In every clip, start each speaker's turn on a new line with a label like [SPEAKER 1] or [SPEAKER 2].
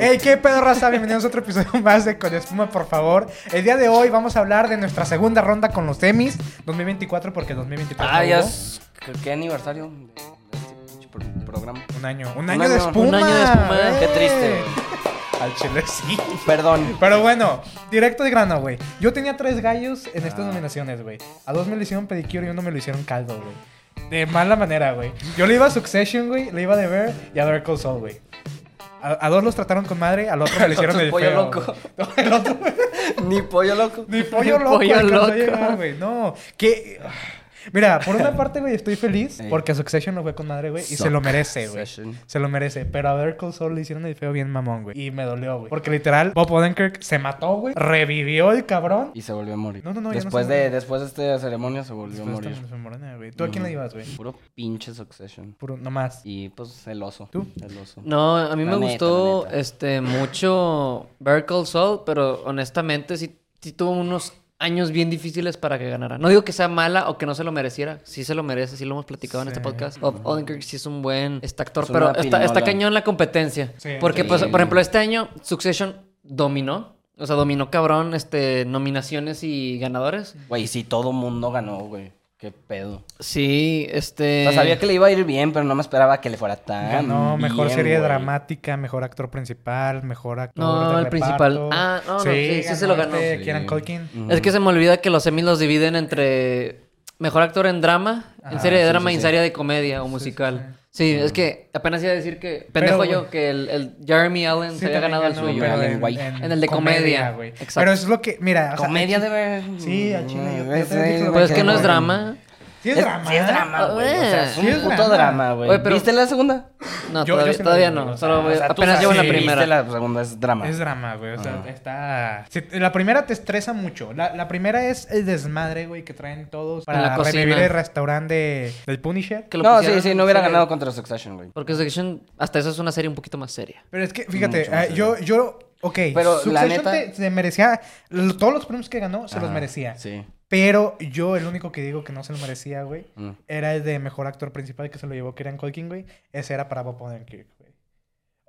[SPEAKER 1] Hey, qué pedo raza, bienvenidos a otro episodio más de Con Espuma, por favor. El día de hoy vamos a hablar de nuestra segunda ronda con los temis 2024 porque 2024
[SPEAKER 2] Ah, ya
[SPEAKER 1] hubo.
[SPEAKER 2] es. ¿qué- ¿Qué aniversario? de este pinche pro- Programa.
[SPEAKER 1] un año, un
[SPEAKER 2] Un
[SPEAKER 1] año de
[SPEAKER 2] año, un
[SPEAKER 1] espuma.
[SPEAKER 2] año de espuma,
[SPEAKER 1] ¡Eh!
[SPEAKER 2] qué triste,
[SPEAKER 1] Al chile sí.
[SPEAKER 2] Perdón.
[SPEAKER 1] Pero bueno, directo de grano, güey. Yo tenía tres gallos en estas
[SPEAKER 2] Ah.
[SPEAKER 1] nominaciones, güey. A dos me lo hicieron pedicure y uno me lo hicieron caldo, güey. De mala manera, güey. Yo le iba a Succession, güey, le iba a The Bear y a Better Call Saul, güey. A, a dos los trataron con madre, al otro me lo hicieron
[SPEAKER 2] otro
[SPEAKER 1] el
[SPEAKER 2] pollo
[SPEAKER 1] feo,
[SPEAKER 2] loco.
[SPEAKER 1] güey. El otro
[SPEAKER 2] Ni pollo loco.
[SPEAKER 1] ni pollo loco.
[SPEAKER 3] Pollo
[SPEAKER 1] alcanzó a
[SPEAKER 3] loco.
[SPEAKER 1] llegar, güey. No, que... Mira, por una parte, güey, estoy feliz
[SPEAKER 2] Sí.
[SPEAKER 1] porque Succession lo fue con madre, güey, y se lo merece, güey.
[SPEAKER 2] Session.
[SPEAKER 1] Se lo merece. Pero a ver, Cole Saul le hicieron el feo bien mamón, güey. Y me dolió, güey. Porque literal, Bob Odenkirk se mató, güey. Revivió el cabrón.
[SPEAKER 2] Y se volvió a morir.
[SPEAKER 1] No, no, no, ya no
[SPEAKER 2] Después,
[SPEAKER 1] se
[SPEAKER 2] de,
[SPEAKER 1] murió.
[SPEAKER 2] después de esta ceremonia se volvió
[SPEAKER 1] Después
[SPEAKER 2] a
[SPEAKER 1] estamos
[SPEAKER 2] morir.
[SPEAKER 1] en Morena, güey. ¿Tú a quién le ibas, güey?
[SPEAKER 2] Puro pinche Succession.
[SPEAKER 1] Puro, nomás.
[SPEAKER 2] Y pues el oso.
[SPEAKER 1] ¿Tú?
[SPEAKER 2] El oso.
[SPEAKER 3] No, a mí
[SPEAKER 2] La
[SPEAKER 3] me
[SPEAKER 2] neta,
[SPEAKER 3] gustó
[SPEAKER 2] la neta.
[SPEAKER 3] este mucho Better Call Saul, pero honestamente sí, sí tuvo unos años bien difíciles para que ganara. No digo que sea mala o que no se lo mereciera, sí se lo merece, sí lo hemos platicado en este
[SPEAKER 1] Sí.
[SPEAKER 3] podcast. Bob Odenkirk sí es un buen este actor,
[SPEAKER 2] Es
[SPEAKER 3] pero
[SPEAKER 2] una
[SPEAKER 3] está, está
[SPEAKER 2] pirinola.
[SPEAKER 3] cañón la competencia.
[SPEAKER 1] Sí.
[SPEAKER 3] Porque,
[SPEAKER 2] Sí.
[SPEAKER 3] pues, por ejemplo, este año Succession dominó. O sea, dominó cabrón este, nominaciones y ganadores.
[SPEAKER 2] Güey, sí, todo mundo ganó, güey. Qué pedo.
[SPEAKER 3] Sí,
[SPEAKER 2] O
[SPEAKER 3] este...
[SPEAKER 2] sea, sabía que le iba a ir bien, pero no me esperaba que le fuera tan.
[SPEAKER 1] Ganó mejor
[SPEAKER 2] Ah, bien,
[SPEAKER 1] serie
[SPEAKER 2] güey.
[SPEAKER 1] dramática, mejor actor principal, mejor actor.
[SPEAKER 3] No,
[SPEAKER 1] de
[SPEAKER 3] el principal.
[SPEAKER 1] reparto.
[SPEAKER 3] Ah, no, no, sí, sí se lo ganó.
[SPEAKER 1] este
[SPEAKER 2] Sí.
[SPEAKER 1] Kieran Culkin.
[SPEAKER 2] Ujú.
[SPEAKER 3] Es que se me olvida que los Emmys los dividen entre mejor actor en drama, en
[SPEAKER 1] Ajá,
[SPEAKER 3] serie de
[SPEAKER 2] sí,
[SPEAKER 3] drama
[SPEAKER 2] sí,
[SPEAKER 3] y en
[SPEAKER 2] sí.
[SPEAKER 3] serie de comedia o musical. Sí, es que apenas iba a decir que pendejo
[SPEAKER 1] Pero,
[SPEAKER 3] yo
[SPEAKER 1] güey.
[SPEAKER 3] que el, el Jeremy Allen
[SPEAKER 1] Sí,
[SPEAKER 3] se había
[SPEAKER 1] también
[SPEAKER 3] ganado el
[SPEAKER 1] ganó,
[SPEAKER 3] suyo.
[SPEAKER 1] pero
[SPEAKER 2] Alan
[SPEAKER 1] en,
[SPEAKER 2] White.
[SPEAKER 1] en
[SPEAKER 3] En el de comedia,
[SPEAKER 1] güey.
[SPEAKER 3] exacto.
[SPEAKER 1] Pero es lo que, mira, o sea,
[SPEAKER 2] Comedia
[SPEAKER 1] aquí-
[SPEAKER 2] de ver.
[SPEAKER 1] Sí, al chile, yo- yo
[SPEAKER 2] Ese-
[SPEAKER 1] te dije lo
[SPEAKER 3] Pues es que no es
[SPEAKER 1] Pero,
[SPEAKER 3] drama.
[SPEAKER 1] Sí es, drama. ¿eh?
[SPEAKER 2] Sí es drama,
[SPEAKER 3] Ah,
[SPEAKER 2] güey. O sea, es
[SPEAKER 3] güey.
[SPEAKER 2] un
[SPEAKER 1] Sí es
[SPEAKER 2] puto
[SPEAKER 1] drama.
[SPEAKER 2] drama, güey.
[SPEAKER 3] Oye, pero-
[SPEAKER 2] ¿Viste la segunda?
[SPEAKER 3] No,
[SPEAKER 1] Yo- yo
[SPEAKER 3] todavía,
[SPEAKER 1] sí lo
[SPEAKER 3] todavía
[SPEAKER 1] vi,
[SPEAKER 3] no.
[SPEAKER 1] o sea,
[SPEAKER 3] Solo voy-
[SPEAKER 2] O sea, tú
[SPEAKER 3] apenas
[SPEAKER 2] sabes
[SPEAKER 3] llevo en la
[SPEAKER 2] que
[SPEAKER 3] primera.
[SPEAKER 2] Viste la segunda es drama.
[SPEAKER 1] Es drama, güey. O sea,
[SPEAKER 2] Ajá.
[SPEAKER 1] está. sí, la primera te estresa mucho. La, la primera es el desmadre, güey, que traen todos para
[SPEAKER 3] En la cocina.
[SPEAKER 1] revivir el restaurante de- del Punisher.
[SPEAKER 3] Que lo
[SPEAKER 2] No, sí,
[SPEAKER 3] pusieron-
[SPEAKER 2] sí, no hubiera
[SPEAKER 3] sí.
[SPEAKER 2] ganado contra Succession, güey.
[SPEAKER 3] Porque Succession, hasta eso es una serie un poquito más seria.
[SPEAKER 1] Pero es que, fíjate,
[SPEAKER 2] Mucho más
[SPEAKER 1] eh, yo, yo, ok.
[SPEAKER 2] Pero la
[SPEAKER 1] Succession
[SPEAKER 2] neta-
[SPEAKER 1] te- se merecía. lo- Todos los premios que ganó se los
[SPEAKER 2] Ajá,
[SPEAKER 1] merecía.
[SPEAKER 2] Ah, Sí.
[SPEAKER 1] Pero yo, el único que digo que no se lo merecía, güey,
[SPEAKER 2] Mm.
[SPEAKER 1] era el de mejor actor principal que se lo llevó Kieran Culkin, güey. Ese era para Bob Odenkirk, güey.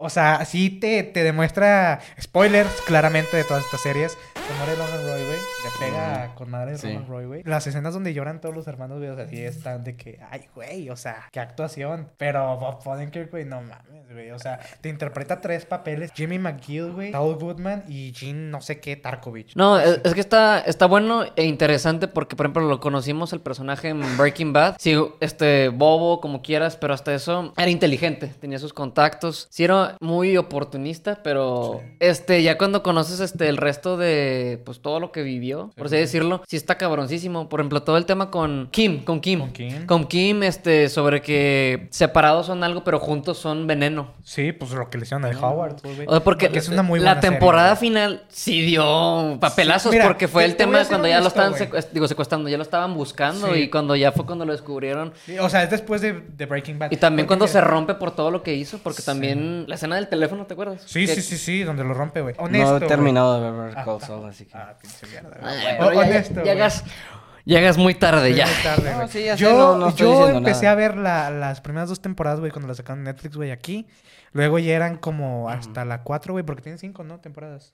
[SPEAKER 1] O sea, así te, te demuestra spoilers claramente de todas estas series. Se muere Logan Roy, güey. Le pega con madre
[SPEAKER 2] Sí.
[SPEAKER 1] Logan Roy, güey. Las escenas donde lloran todos los hermanos, güey, o sea, sí están de que, ay, güey, o sea, qué actuación. Pero Bob Odenkirk, güey, no mames, güey. O sea, te interpreta tres papeles. Jimmy McGill, güey, Saul Goodman y Jean no sé qué Tarkovich.
[SPEAKER 3] No, es, es que está, está bueno e interesante porque, por ejemplo, lo conocimos el personaje en Breaking Bad. Sí, este, bobo, como quieras, pero hasta eso era inteligente, tenía sus contactos. Sí, era muy oportunista, pero este, ya cuando conoces este, el resto de, pues, todo lo que vivió, por así decirlo, sí está cabroncísimo. Por ejemplo, todo el tema con Kim, con Kim.
[SPEAKER 1] Con Kim.
[SPEAKER 3] Con Kim, este, sobre que separados son algo, pero juntos son veneno.
[SPEAKER 1] Sí, pues lo que le hicieron a Howard, güey.
[SPEAKER 3] O sea, porque,
[SPEAKER 1] es una muy buena
[SPEAKER 3] la
[SPEAKER 1] serie,
[SPEAKER 3] temporada
[SPEAKER 1] güey.
[SPEAKER 3] final sí dio papelazos
[SPEAKER 1] Sí, mira,
[SPEAKER 3] porque fue
[SPEAKER 1] te-
[SPEAKER 3] el
[SPEAKER 1] te voy a
[SPEAKER 3] tema
[SPEAKER 1] ser
[SPEAKER 3] cuando ya lo
[SPEAKER 1] honesto,
[SPEAKER 3] estaban
[SPEAKER 1] güey.
[SPEAKER 3] secue- digo, secuestrando, ya lo estaban buscando
[SPEAKER 1] Sí.
[SPEAKER 3] y cuando ya fue cuando lo descubrieron.
[SPEAKER 1] Sí, O sea, es después de, de Breaking Bad.
[SPEAKER 3] Y también
[SPEAKER 1] Porque
[SPEAKER 3] cuando se
[SPEAKER 1] mira-
[SPEAKER 3] rompe por todo lo que hizo, porque también la escena del teléfono, ¿te acuerdas?
[SPEAKER 1] Sí,
[SPEAKER 3] Que-
[SPEAKER 1] sí, sí, sí, donde lo rompe, güey.
[SPEAKER 2] no
[SPEAKER 1] Honesto.
[SPEAKER 2] he
[SPEAKER 1] güey.
[SPEAKER 2] terminado de ver
[SPEAKER 1] Ah,
[SPEAKER 2] Cold
[SPEAKER 1] ah,
[SPEAKER 2] Soul, así que.
[SPEAKER 1] Ah, pinche mierda. güey.
[SPEAKER 3] Ay,
[SPEAKER 1] O-
[SPEAKER 3] pero ya-
[SPEAKER 1] honesto.
[SPEAKER 3] ya-
[SPEAKER 1] güey.
[SPEAKER 3] llegas, llegas muy tarde
[SPEAKER 1] Sí,
[SPEAKER 3] ya.
[SPEAKER 1] muy tarde,
[SPEAKER 2] No,
[SPEAKER 1] güey.
[SPEAKER 2] sí, ya sé,
[SPEAKER 1] yo
[SPEAKER 2] no- no estoy
[SPEAKER 1] yo
[SPEAKER 2] diciendo
[SPEAKER 1] empecé
[SPEAKER 2] nada.
[SPEAKER 1] a ver la- las primeras dos temporadas, güey, cuando las sacaron en Netflix, güey, aquí. Luego ya eran como hasta la cuatro, güey, porque tienen cinco, ¿no? Temporadas.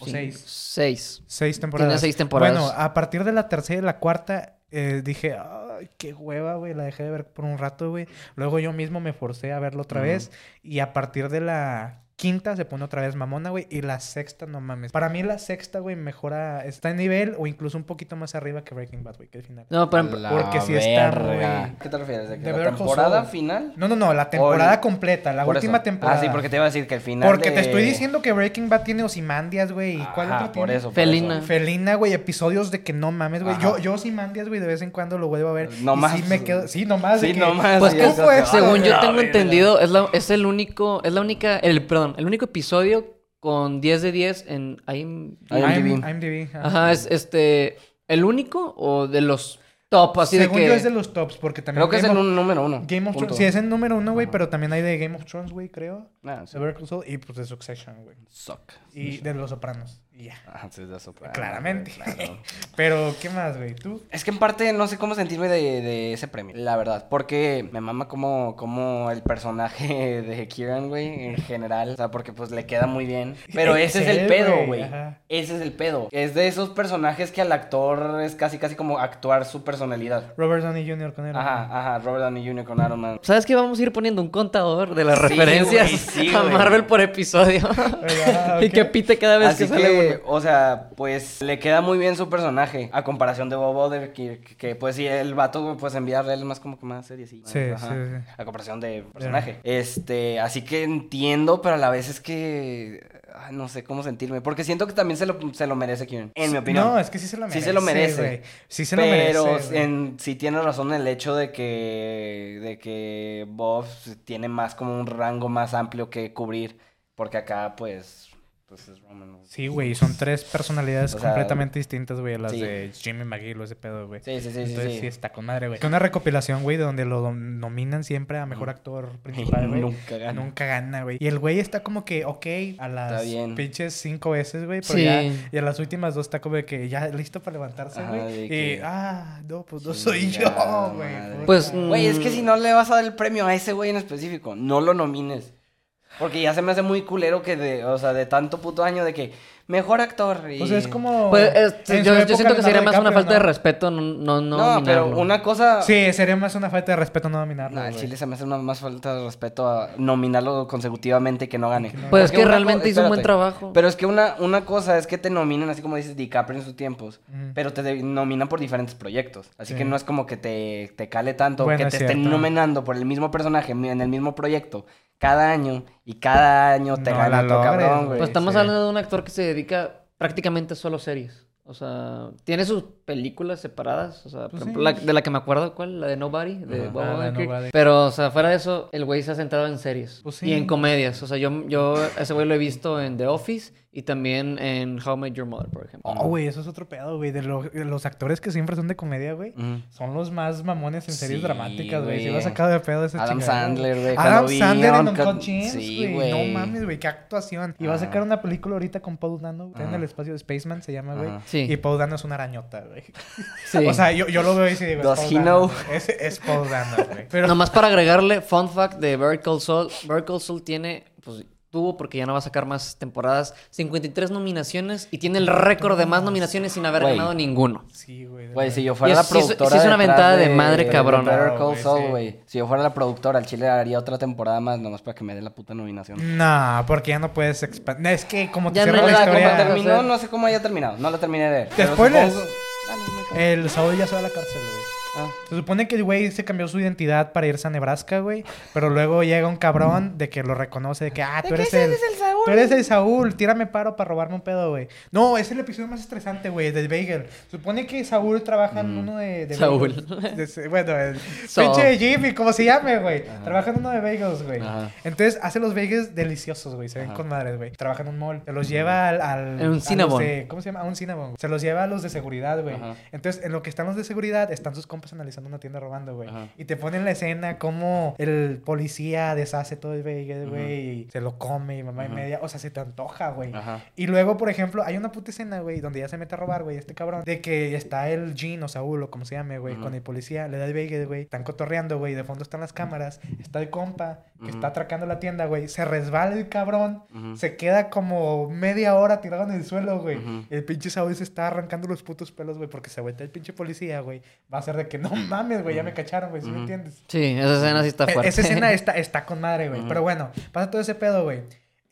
[SPEAKER 1] O
[SPEAKER 3] Sí,
[SPEAKER 1] seis.
[SPEAKER 3] Seis.
[SPEAKER 1] Seis temporadas.
[SPEAKER 3] seis temporadas.
[SPEAKER 1] Bueno, a partir de la tercera y la cuarta, eh, dije, ay, qué hueva, güey. La dejé de ver por un rato, güey. Luego yo mismo me forcé a verlo otra vez. Y a partir de la quinta se pone otra vez mamona, güey. Y la sexta, no mames. Para mí la sexta, güey, mejora, está en nivel o incluso un poquito más arriba que Breaking Bad, güey, que el final.
[SPEAKER 3] No, por ejemplo,
[SPEAKER 2] La
[SPEAKER 1] porque sí está
[SPEAKER 2] verga.
[SPEAKER 1] muy-
[SPEAKER 2] ¿Qué te refieres? ¿De que
[SPEAKER 1] De
[SPEAKER 2] la
[SPEAKER 1] Better Call
[SPEAKER 2] temporada
[SPEAKER 1] Saul.
[SPEAKER 2] final?
[SPEAKER 1] No, no, no, la temporada
[SPEAKER 2] Ol-
[SPEAKER 1] completa, la
[SPEAKER 2] Por
[SPEAKER 1] última
[SPEAKER 2] eso.
[SPEAKER 1] temporada.
[SPEAKER 2] Ah, sí, porque te iba a decir que el final.
[SPEAKER 1] Porque te
[SPEAKER 2] de-
[SPEAKER 1] estoy diciendo que Breaking Bad tiene Osimandias, güey. ¿Y cuál
[SPEAKER 2] Ajá,
[SPEAKER 1] otro
[SPEAKER 2] Por
[SPEAKER 1] tiene?
[SPEAKER 2] eso. por
[SPEAKER 3] Felina.
[SPEAKER 2] eso.
[SPEAKER 1] Felina, güey, episodios de que no mames, güey.
[SPEAKER 2] Ajá.
[SPEAKER 1] Yo, yo sí mandias, güey, de vez en cuando lo vuelvo a ver.
[SPEAKER 2] No
[SPEAKER 1] Y
[SPEAKER 2] más.
[SPEAKER 1] Sí, me quedo. Sí, nomás.
[SPEAKER 2] Sí, no más,
[SPEAKER 3] Pues
[SPEAKER 2] sí,
[SPEAKER 3] que
[SPEAKER 2] o sea, te-
[SPEAKER 3] según yo
[SPEAKER 2] Ah,
[SPEAKER 3] tengo
[SPEAKER 2] verga.
[SPEAKER 3] entendido, es, la- es el único, es la única, el, perdón, el único episodio con 10 de 10 en IMDb.
[SPEAKER 2] IMDb.
[SPEAKER 1] IMDb. ajá.
[SPEAKER 3] Ajá, es este. ¿El único o de los top? Así
[SPEAKER 1] Según
[SPEAKER 3] de que.
[SPEAKER 1] yo es de los tops, porque también.
[SPEAKER 2] Creo que es
[SPEAKER 1] Game
[SPEAKER 2] el
[SPEAKER 1] of-
[SPEAKER 2] un- número uno.
[SPEAKER 1] Game of
[SPEAKER 2] punto.
[SPEAKER 1] Thrones. Sí, es el número uno, güey,
[SPEAKER 2] Ajá.
[SPEAKER 1] pero también hay de Game of Thrones, güey, creo.
[SPEAKER 2] Ah, sí.
[SPEAKER 1] The Better Call Saul y pues de Succession, güey.
[SPEAKER 2] Suck.
[SPEAKER 1] Y de Los Sopranos. Y ya.
[SPEAKER 2] Antes Ah, de soplar.
[SPEAKER 1] Claramente.
[SPEAKER 2] güey, claro.
[SPEAKER 1] Pero, ¿qué más, güey? ¿Tú?
[SPEAKER 2] Es que en parte no sé cómo sentirme de, de ese premio, la verdad. Porque me mama como, como el personaje de Kieran, güey, en general. O sea, porque pues le queda muy bien. Pero ese es el
[SPEAKER 1] Sí,
[SPEAKER 2] pedo,
[SPEAKER 1] güey,
[SPEAKER 2] güey.
[SPEAKER 1] ajá.
[SPEAKER 2] Ese es el pedo. Es de esos personajes que al actor es casi, casi como actuar su personalidad.
[SPEAKER 1] Robert Downey Jr. con él.
[SPEAKER 2] Ajá, ajá. Robert Downey Jr. con Iron Man.
[SPEAKER 3] ¿Sabes qué? Vamos a ir poniendo un contador de las
[SPEAKER 2] Sí,
[SPEAKER 3] referencias
[SPEAKER 2] güey, sí,
[SPEAKER 3] a
[SPEAKER 2] güey.
[SPEAKER 3] Marvel por episodio.
[SPEAKER 1] ¿Verdad?
[SPEAKER 3] y que
[SPEAKER 1] ah, Ok.
[SPEAKER 3] pite cada vez
[SPEAKER 2] Así
[SPEAKER 3] que sale uno.
[SPEAKER 2] que, o sea, pues le queda muy bien su personaje a comparación de Bob Oder, que, que- que, pues sí, el vato, pues en vida real es más como que más serie, sí.
[SPEAKER 1] Sí, sí, sí.
[SPEAKER 2] A comparación de personaje. Este, así que entiendo, pero a la vez es que. ay, no sé cómo sentirme. Porque siento que también se lo, se lo merece Kieran, en mi opinión.
[SPEAKER 1] No, es que sí se lo merece.
[SPEAKER 2] Sí se lo merece.
[SPEAKER 1] güey. Sí se lo merece.
[SPEAKER 2] pero
[SPEAKER 1] güey.
[SPEAKER 2] en- sí tiene razón el hecho de que, de que Bob tiene más como un rango más amplio que cubrir. Porque acá, pues, pues es Roman. ¿no?
[SPEAKER 1] Sí, güey, son tres personalidades
[SPEAKER 2] O sea,
[SPEAKER 1] completamente distintas, güey, las
[SPEAKER 2] sí.
[SPEAKER 1] de Jimmy McGill o ese pedo, güey.
[SPEAKER 2] Sí, sí, sí, sí,
[SPEAKER 1] Entonces sí,
[SPEAKER 2] sí.
[SPEAKER 1] está con madre, güey. Que Una recopilación, güey, de donde lo dom- nominan siempre a mejor actor principal, güey.
[SPEAKER 2] Nunca gana.
[SPEAKER 1] Nunca gana, güey. Y el güey está como que, ok, a las
[SPEAKER 2] bien.
[SPEAKER 1] pinches cinco veces, güey. Pero
[SPEAKER 3] Sí.
[SPEAKER 1] ya, y a las últimas dos está como de que ya listo para levantarse,
[SPEAKER 2] Ajá,
[SPEAKER 1] güey.
[SPEAKER 2] de
[SPEAKER 1] Y,
[SPEAKER 2] que-
[SPEAKER 1] ah, no, pues no
[SPEAKER 2] Sí,
[SPEAKER 1] soy
[SPEAKER 2] ya,
[SPEAKER 1] yo, güey.
[SPEAKER 2] madre.
[SPEAKER 1] puta.
[SPEAKER 3] Pues,
[SPEAKER 2] Güey, es que
[SPEAKER 3] Mm.
[SPEAKER 2] si no le vas a dar el premio a ese güey en específico, no lo nomines. Porque ya se me hace muy culero que de, o sea, de tanto puto año de que mejor actor. Y...
[SPEAKER 1] Pues es como...
[SPEAKER 3] Pues, es-
[SPEAKER 1] en su
[SPEAKER 3] yo, yo
[SPEAKER 1] época
[SPEAKER 3] siento que sería más
[SPEAKER 1] Leonardo
[SPEAKER 3] una falta de
[SPEAKER 1] DiCaprio, ¿no?
[SPEAKER 3] respeto no no
[SPEAKER 2] No,
[SPEAKER 3] No,
[SPEAKER 2] pero
[SPEAKER 3] nominarlo.
[SPEAKER 2] una cosa.
[SPEAKER 1] Sí, sería más una falta de respeto no nominarlo,
[SPEAKER 2] Nah, al
[SPEAKER 1] güey.
[SPEAKER 2] Chile se me hace una más falta de respeto a nominarlo consecutivamente y que no gane.
[SPEAKER 3] Pues es
[SPEAKER 2] Porque
[SPEAKER 3] que
[SPEAKER 2] una co-
[SPEAKER 3] realmente hizo un buen
[SPEAKER 2] espérate.
[SPEAKER 3] trabajo.
[SPEAKER 2] Pero es que una, una cosa es que te nominan, así como dices DiCaprio en sus tiempos,
[SPEAKER 1] Ujú.
[SPEAKER 2] pero te de- nominan por diferentes proyectos. Así
[SPEAKER 1] Sí.
[SPEAKER 2] que no es como que te, te cale tanto
[SPEAKER 1] Bueno,
[SPEAKER 2] que
[SPEAKER 1] es
[SPEAKER 2] te estén
[SPEAKER 1] cierto.
[SPEAKER 2] nominando por el mismo personaje mi- en el mismo proyecto cada año y cada año te
[SPEAKER 1] No
[SPEAKER 2] gana
[SPEAKER 1] la
[SPEAKER 2] otro
[SPEAKER 1] logres,
[SPEAKER 2] cabrón,
[SPEAKER 1] güey.
[SPEAKER 2] güey.
[SPEAKER 3] Pues estamos
[SPEAKER 1] sí.
[SPEAKER 3] hablando de un actor que se dedica prácticamente solo a series. O sea, tiene sus películas separadas. O sea, por
[SPEAKER 1] Pues
[SPEAKER 3] ejemplo,
[SPEAKER 1] sí.
[SPEAKER 3] la, de la que me acuerdo, ¿cuál? La de Nobody, de
[SPEAKER 1] Ajá.
[SPEAKER 3] Bob
[SPEAKER 1] Ah, la de
[SPEAKER 3] Odenkirk.
[SPEAKER 1] Nobody.
[SPEAKER 3] Pero, o sea, fuera de eso, el güey se ha centrado en series
[SPEAKER 1] Pues
[SPEAKER 3] y
[SPEAKER 1] sí.
[SPEAKER 3] en comedias. O sea, yo, yo a ese güey lo he visto en The Office y también en How I Met Your Mother, por ejemplo.
[SPEAKER 1] Oh, güey, eso es otro pedo, güey. De, lo- de los actores que siempre son de comedia, güey.
[SPEAKER 2] Ujú.
[SPEAKER 1] Son los más mamones en series
[SPEAKER 2] Sí,
[SPEAKER 1] dramáticas, güey. Se
[SPEAKER 2] güey.
[SPEAKER 1] lo ha sacado de pedo ese
[SPEAKER 2] Adam
[SPEAKER 1] chingado,
[SPEAKER 2] Sandler, güey,
[SPEAKER 1] Adam
[SPEAKER 2] cuando vi
[SPEAKER 1] Sandler en
[SPEAKER 2] Uncut-
[SPEAKER 1] Uncut Gems,
[SPEAKER 2] Sí,
[SPEAKER 1] güey.
[SPEAKER 2] güey.
[SPEAKER 1] No mames, güey. Qué actuación. Y va a
[SPEAKER 2] Ajá.
[SPEAKER 1] sacar una película ahorita con Paul Dano. güey, En
[SPEAKER 2] Ajá.
[SPEAKER 1] el espacio de Spaceman se llama, güey.
[SPEAKER 2] Ajá.
[SPEAKER 3] Sí.
[SPEAKER 1] Y Paul Dano es una arañota, güey.
[SPEAKER 3] Sí.
[SPEAKER 1] O sea, yo, yo lo veo y sí digo, es
[SPEAKER 2] Does
[SPEAKER 1] Paul
[SPEAKER 2] he
[SPEAKER 1] Dano,
[SPEAKER 2] know?
[SPEAKER 1] güey. Es, es Paul Dano, güey. Pero...
[SPEAKER 3] Nomás para agregarle, fun fact de Vertical Soul. Vertical Soul tiene, pues tuvo, porque ya no va a sacar más temporadas, 53 nominaciones y tiene el récord de más nominaciones sin haber
[SPEAKER 2] Güey.
[SPEAKER 3] ganado ninguno.
[SPEAKER 1] Sí, güey. de
[SPEAKER 2] Güey,
[SPEAKER 1] verdad.
[SPEAKER 2] si yo fuera
[SPEAKER 3] Y
[SPEAKER 2] la
[SPEAKER 3] es- sí es-
[SPEAKER 2] productora.
[SPEAKER 3] sí es una
[SPEAKER 2] detrás
[SPEAKER 3] ventada de madre cabrona.
[SPEAKER 2] Better Call
[SPEAKER 1] Güey,
[SPEAKER 2] Saul,
[SPEAKER 1] sí.
[SPEAKER 2] güey. Si yo fuera la productora, al Chile haría otra temporada más, nomás para que me dé la puta nominación.
[SPEAKER 1] Mm. No, porque ya no puedes expandir. Es que como te
[SPEAKER 3] Ya no
[SPEAKER 1] cierra la
[SPEAKER 3] hay nada
[SPEAKER 2] Hola, ¿cómo
[SPEAKER 1] historia.
[SPEAKER 3] para terminar.
[SPEAKER 2] terminó? No sé cómo haya terminado. No la terminé de ver. pero
[SPEAKER 1] ¿Spoilers?
[SPEAKER 2] supongo- Ah, no, no, no.
[SPEAKER 1] El Saúl ya se va a la cárcel, güey.
[SPEAKER 2] Ah.
[SPEAKER 1] Se supone que el güey se cambió su identidad para irse a Nebraska, güey. Pero luego llega un cabrón de que lo reconoce, de que, ah, tú eres, el, Saúl. Tú eres el Saúl, tírame paro para robarme un pedo, güey. No, es el episodio más estresante, güey, del Bagel. Supone que Saúl trabaja en uno de... de
[SPEAKER 3] Mm. Saúl.
[SPEAKER 1] bagels. De ese- bueno, el
[SPEAKER 3] Saúl.
[SPEAKER 1] pinche Jimmy, como se llame, güey. Trabaja en uno de bagels, güey.
[SPEAKER 2] Ajá.
[SPEAKER 1] Entonces hace los bagels deliciosos, güey. Se ven
[SPEAKER 2] Ajá.
[SPEAKER 1] con madres, güey. Trabaja en un mall. Se los lleva al... al este,
[SPEAKER 3] En un
[SPEAKER 1] a los
[SPEAKER 3] Cinnabon.
[SPEAKER 1] de- ¿Cómo se llama? A un Cinnabon. güey. Se los lleva a los de seguridad, güey.
[SPEAKER 2] Ajá.
[SPEAKER 1] Entonces, en lo que están los de seguridad, están sus compas analizando una tienda robando, güey.
[SPEAKER 2] Ajá.
[SPEAKER 1] Y te ponen la escena como el policía deshace todo el bagel, güey. Y se lo come y mamá y
[SPEAKER 2] Ajá.
[SPEAKER 1] media. O sea, se te antoja, güey.
[SPEAKER 2] Ajá.
[SPEAKER 1] Y luego, por ejemplo, hay una puta escena, güey, donde ya se mete a robar, güey, este cabrón. De que está el Jean o Saúl o como se llame, güey,
[SPEAKER 2] Ujú.
[SPEAKER 1] con el policía. Le da el bagel, güey. Están cotorreando, güey. De fondo están las cámaras. Está el compa que
[SPEAKER 2] Ujú.
[SPEAKER 1] está atracando la tienda, güey. Se resbala el cabrón.
[SPEAKER 2] Ujú.
[SPEAKER 1] Se queda como media hora tirado en el suelo, güey.
[SPEAKER 2] Ujú.
[SPEAKER 1] El pinche Saúl se está arrancando los putos pelos, güey, porque se vuelta el pinche policía, güey. Va a ser de que no mames, güey, ya me cacharon, güey, ¿sí me
[SPEAKER 2] Ujú.
[SPEAKER 1] entiendes?
[SPEAKER 3] Sí, esa escena sí está
[SPEAKER 1] E-
[SPEAKER 3] fuerte.
[SPEAKER 1] Esa escena está, está con madre, güey.
[SPEAKER 2] Ujú.
[SPEAKER 1] Pero bueno, pasa todo ese pedo, güey.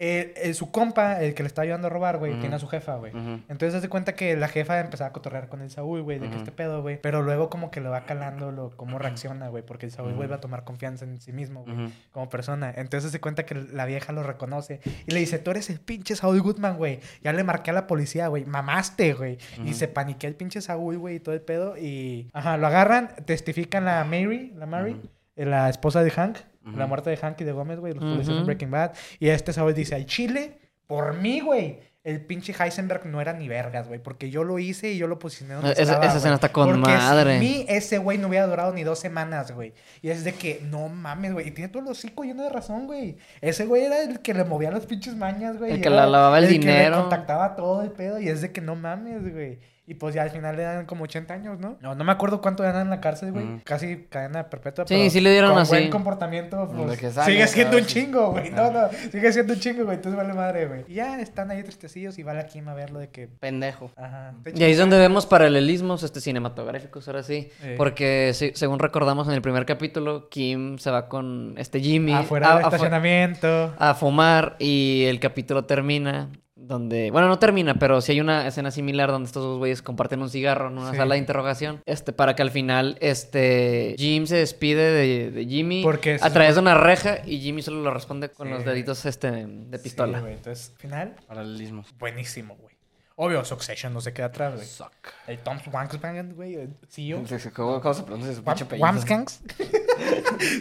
[SPEAKER 1] Eh, eh, su compa, el que le está ayudando a robar, güey,
[SPEAKER 2] Ujú.
[SPEAKER 1] tiene a su jefa, güey.
[SPEAKER 2] Ujú.
[SPEAKER 1] Entonces hace cuenta que la jefa empezaba a cotorrear con el Saúl, güey, de que
[SPEAKER 2] Ujú.
[SPEAKER 1] este pedo, güey. Pero luego como que le va calando lo, cómo reacciona, güey, porque el Saúl vuelve a tomar confianza en sí mismo, güey,
[SPEAKER 2] Ujú.
[SPEAKER 1] como persona. Entonces se cuenta que la vieja lo reconoce y le dice, tú eres el pinche Saúl Goodman, güey. Ya le marqué a la policía, güey. Mamaste, güey. Y
[SPEAKER 2] Ujú.
[SPEAKER 1] se paniquea el pinche Saúl, güey, y todo el pedo. Y, ajá, lo agarran, testifican la Mary, la Mary,
[SPEAKER 2] Ujú.
[SPEAKER 1] eh, la esposa de Hank, la
[SPEAKER 2] Ujú.
[SPEAKER 1] muerte de Hank y de Gómez, güey, los policías
[SPEAKER 3] Ujú.
[SPEAKER 1] en Breaking Bad. Y este Saúl dice, al Chile, por mí, güey. el pinche Heisenberg no era ni vergas, güey. Porque yo lo hice y yo lo posicioné donde
[SPEAKER 3] Esa-
[SPEAKER 1] estaba,
[SPEAKER 3] esa
[SPEAKER 1] güey.
[SPEAKER 3] escena está con
[SPEAKER 1] Porque
[SPEAKER 3] madre.
[SPEAKER 1] sin mí, ese güey no hubiera durado ni dos semanas, güey. Y es de que, no mames, güey. Y tiene todo el hocico lleno de razón, güey. Ese güey era el que le movía las pinches mañas, güey.
[SPEAKER 3] El
[SPEAKER 1] y
[SPEAKER 3] que
[SPEAKER 1] era
[SPEAKER 3] la lavaba el
[SPEAKER 1] Que
[SPEAKER 3] dinero.
[SPEAKER 1] le contactaba todo el pedo. Y es de que, no mames, güey. Y pues ya al final le dan como 80 años, ¿no? No, no me acuerdo cuánto ganan en la cárcel, güey.
[SPEAKER 2] Mm.
[SPEAKER 1] Casi cadena perpetua.
[SPEAKER 3] Sí,
[SPEAKER 1] pero
[SPEAKER 3] sí le dieron
[SPEAKER 1] con
[SPEAKER 3] así.
[SPEAKER 1] buen comportamiento, pues,
[SPEAKER 2] De que sale,
[SPEAKER 1] sigue siendo
[SPEAKER 2] claro,
[SPEAKER 1] un
[SPEAKER 2] sí.
[SPEAKER 1] chingo, güey. No, no, sigue siendo un chingo, güey. Entonces vale madre, güey. Y ya están ahí tristecillos y va la Kim a verlo de que.
[SPEAKER 2] Pendejo.
[SPEAKER 1] Ajá.
[SPEAKER 3] Y ahí es donde vemos paralelismos este, cinematográficos, ahora sí.
[SPEAKER 1] Eh.
[SPEAKER 3] Porque sí, según recordamos en el primer capítulo, Kim se va con este Jimmy
[SPEAKER 1] Afuera
[SPEAKER 3] a-
[SPEAKER 1] del
[SPEAKER 3] a fu-
[SPEAKER 1] estacionamiento.
[SPEAKER 3] a fumar y el capítulo termina donde... Bueno, no termina, pero sí hay una escena similar donde estos dos güeyes comparten un cigarro en una
[SPEAKER 1] Sí.
[SPEAKER 3] sala de interrogación. Este, para que al final, este... Jim se despide de, de Jimmy
[SPEAKER 1] Porque
[SPEAKER 3] a
[SPEAKER 1] se
[SPEAKER 3] través de una reja y Jimmy solo lo responde con
[SPEAKER 1] Sí.
[SPEAKER 3] los deditos este, de
[SPEAKER 1] Sí,
[SPEAKER 3] pistola.
[SPEAKER 1] güey. Entonces, final,
[SPEAKER 2] Paralelismos.
[SPEAKER 1] buenísimo, güey. Obvio, Succession no se queda atrás, güey.
[SPEAKER 2] Suck.
[SPEAKER 1] El Tom Wanksbangen, güey. el E CEO.
[SPEAKER 2] ¿Cómo, cómo se pronuncia su pinche apellido?
[SPEAKER 1] Wamskanks.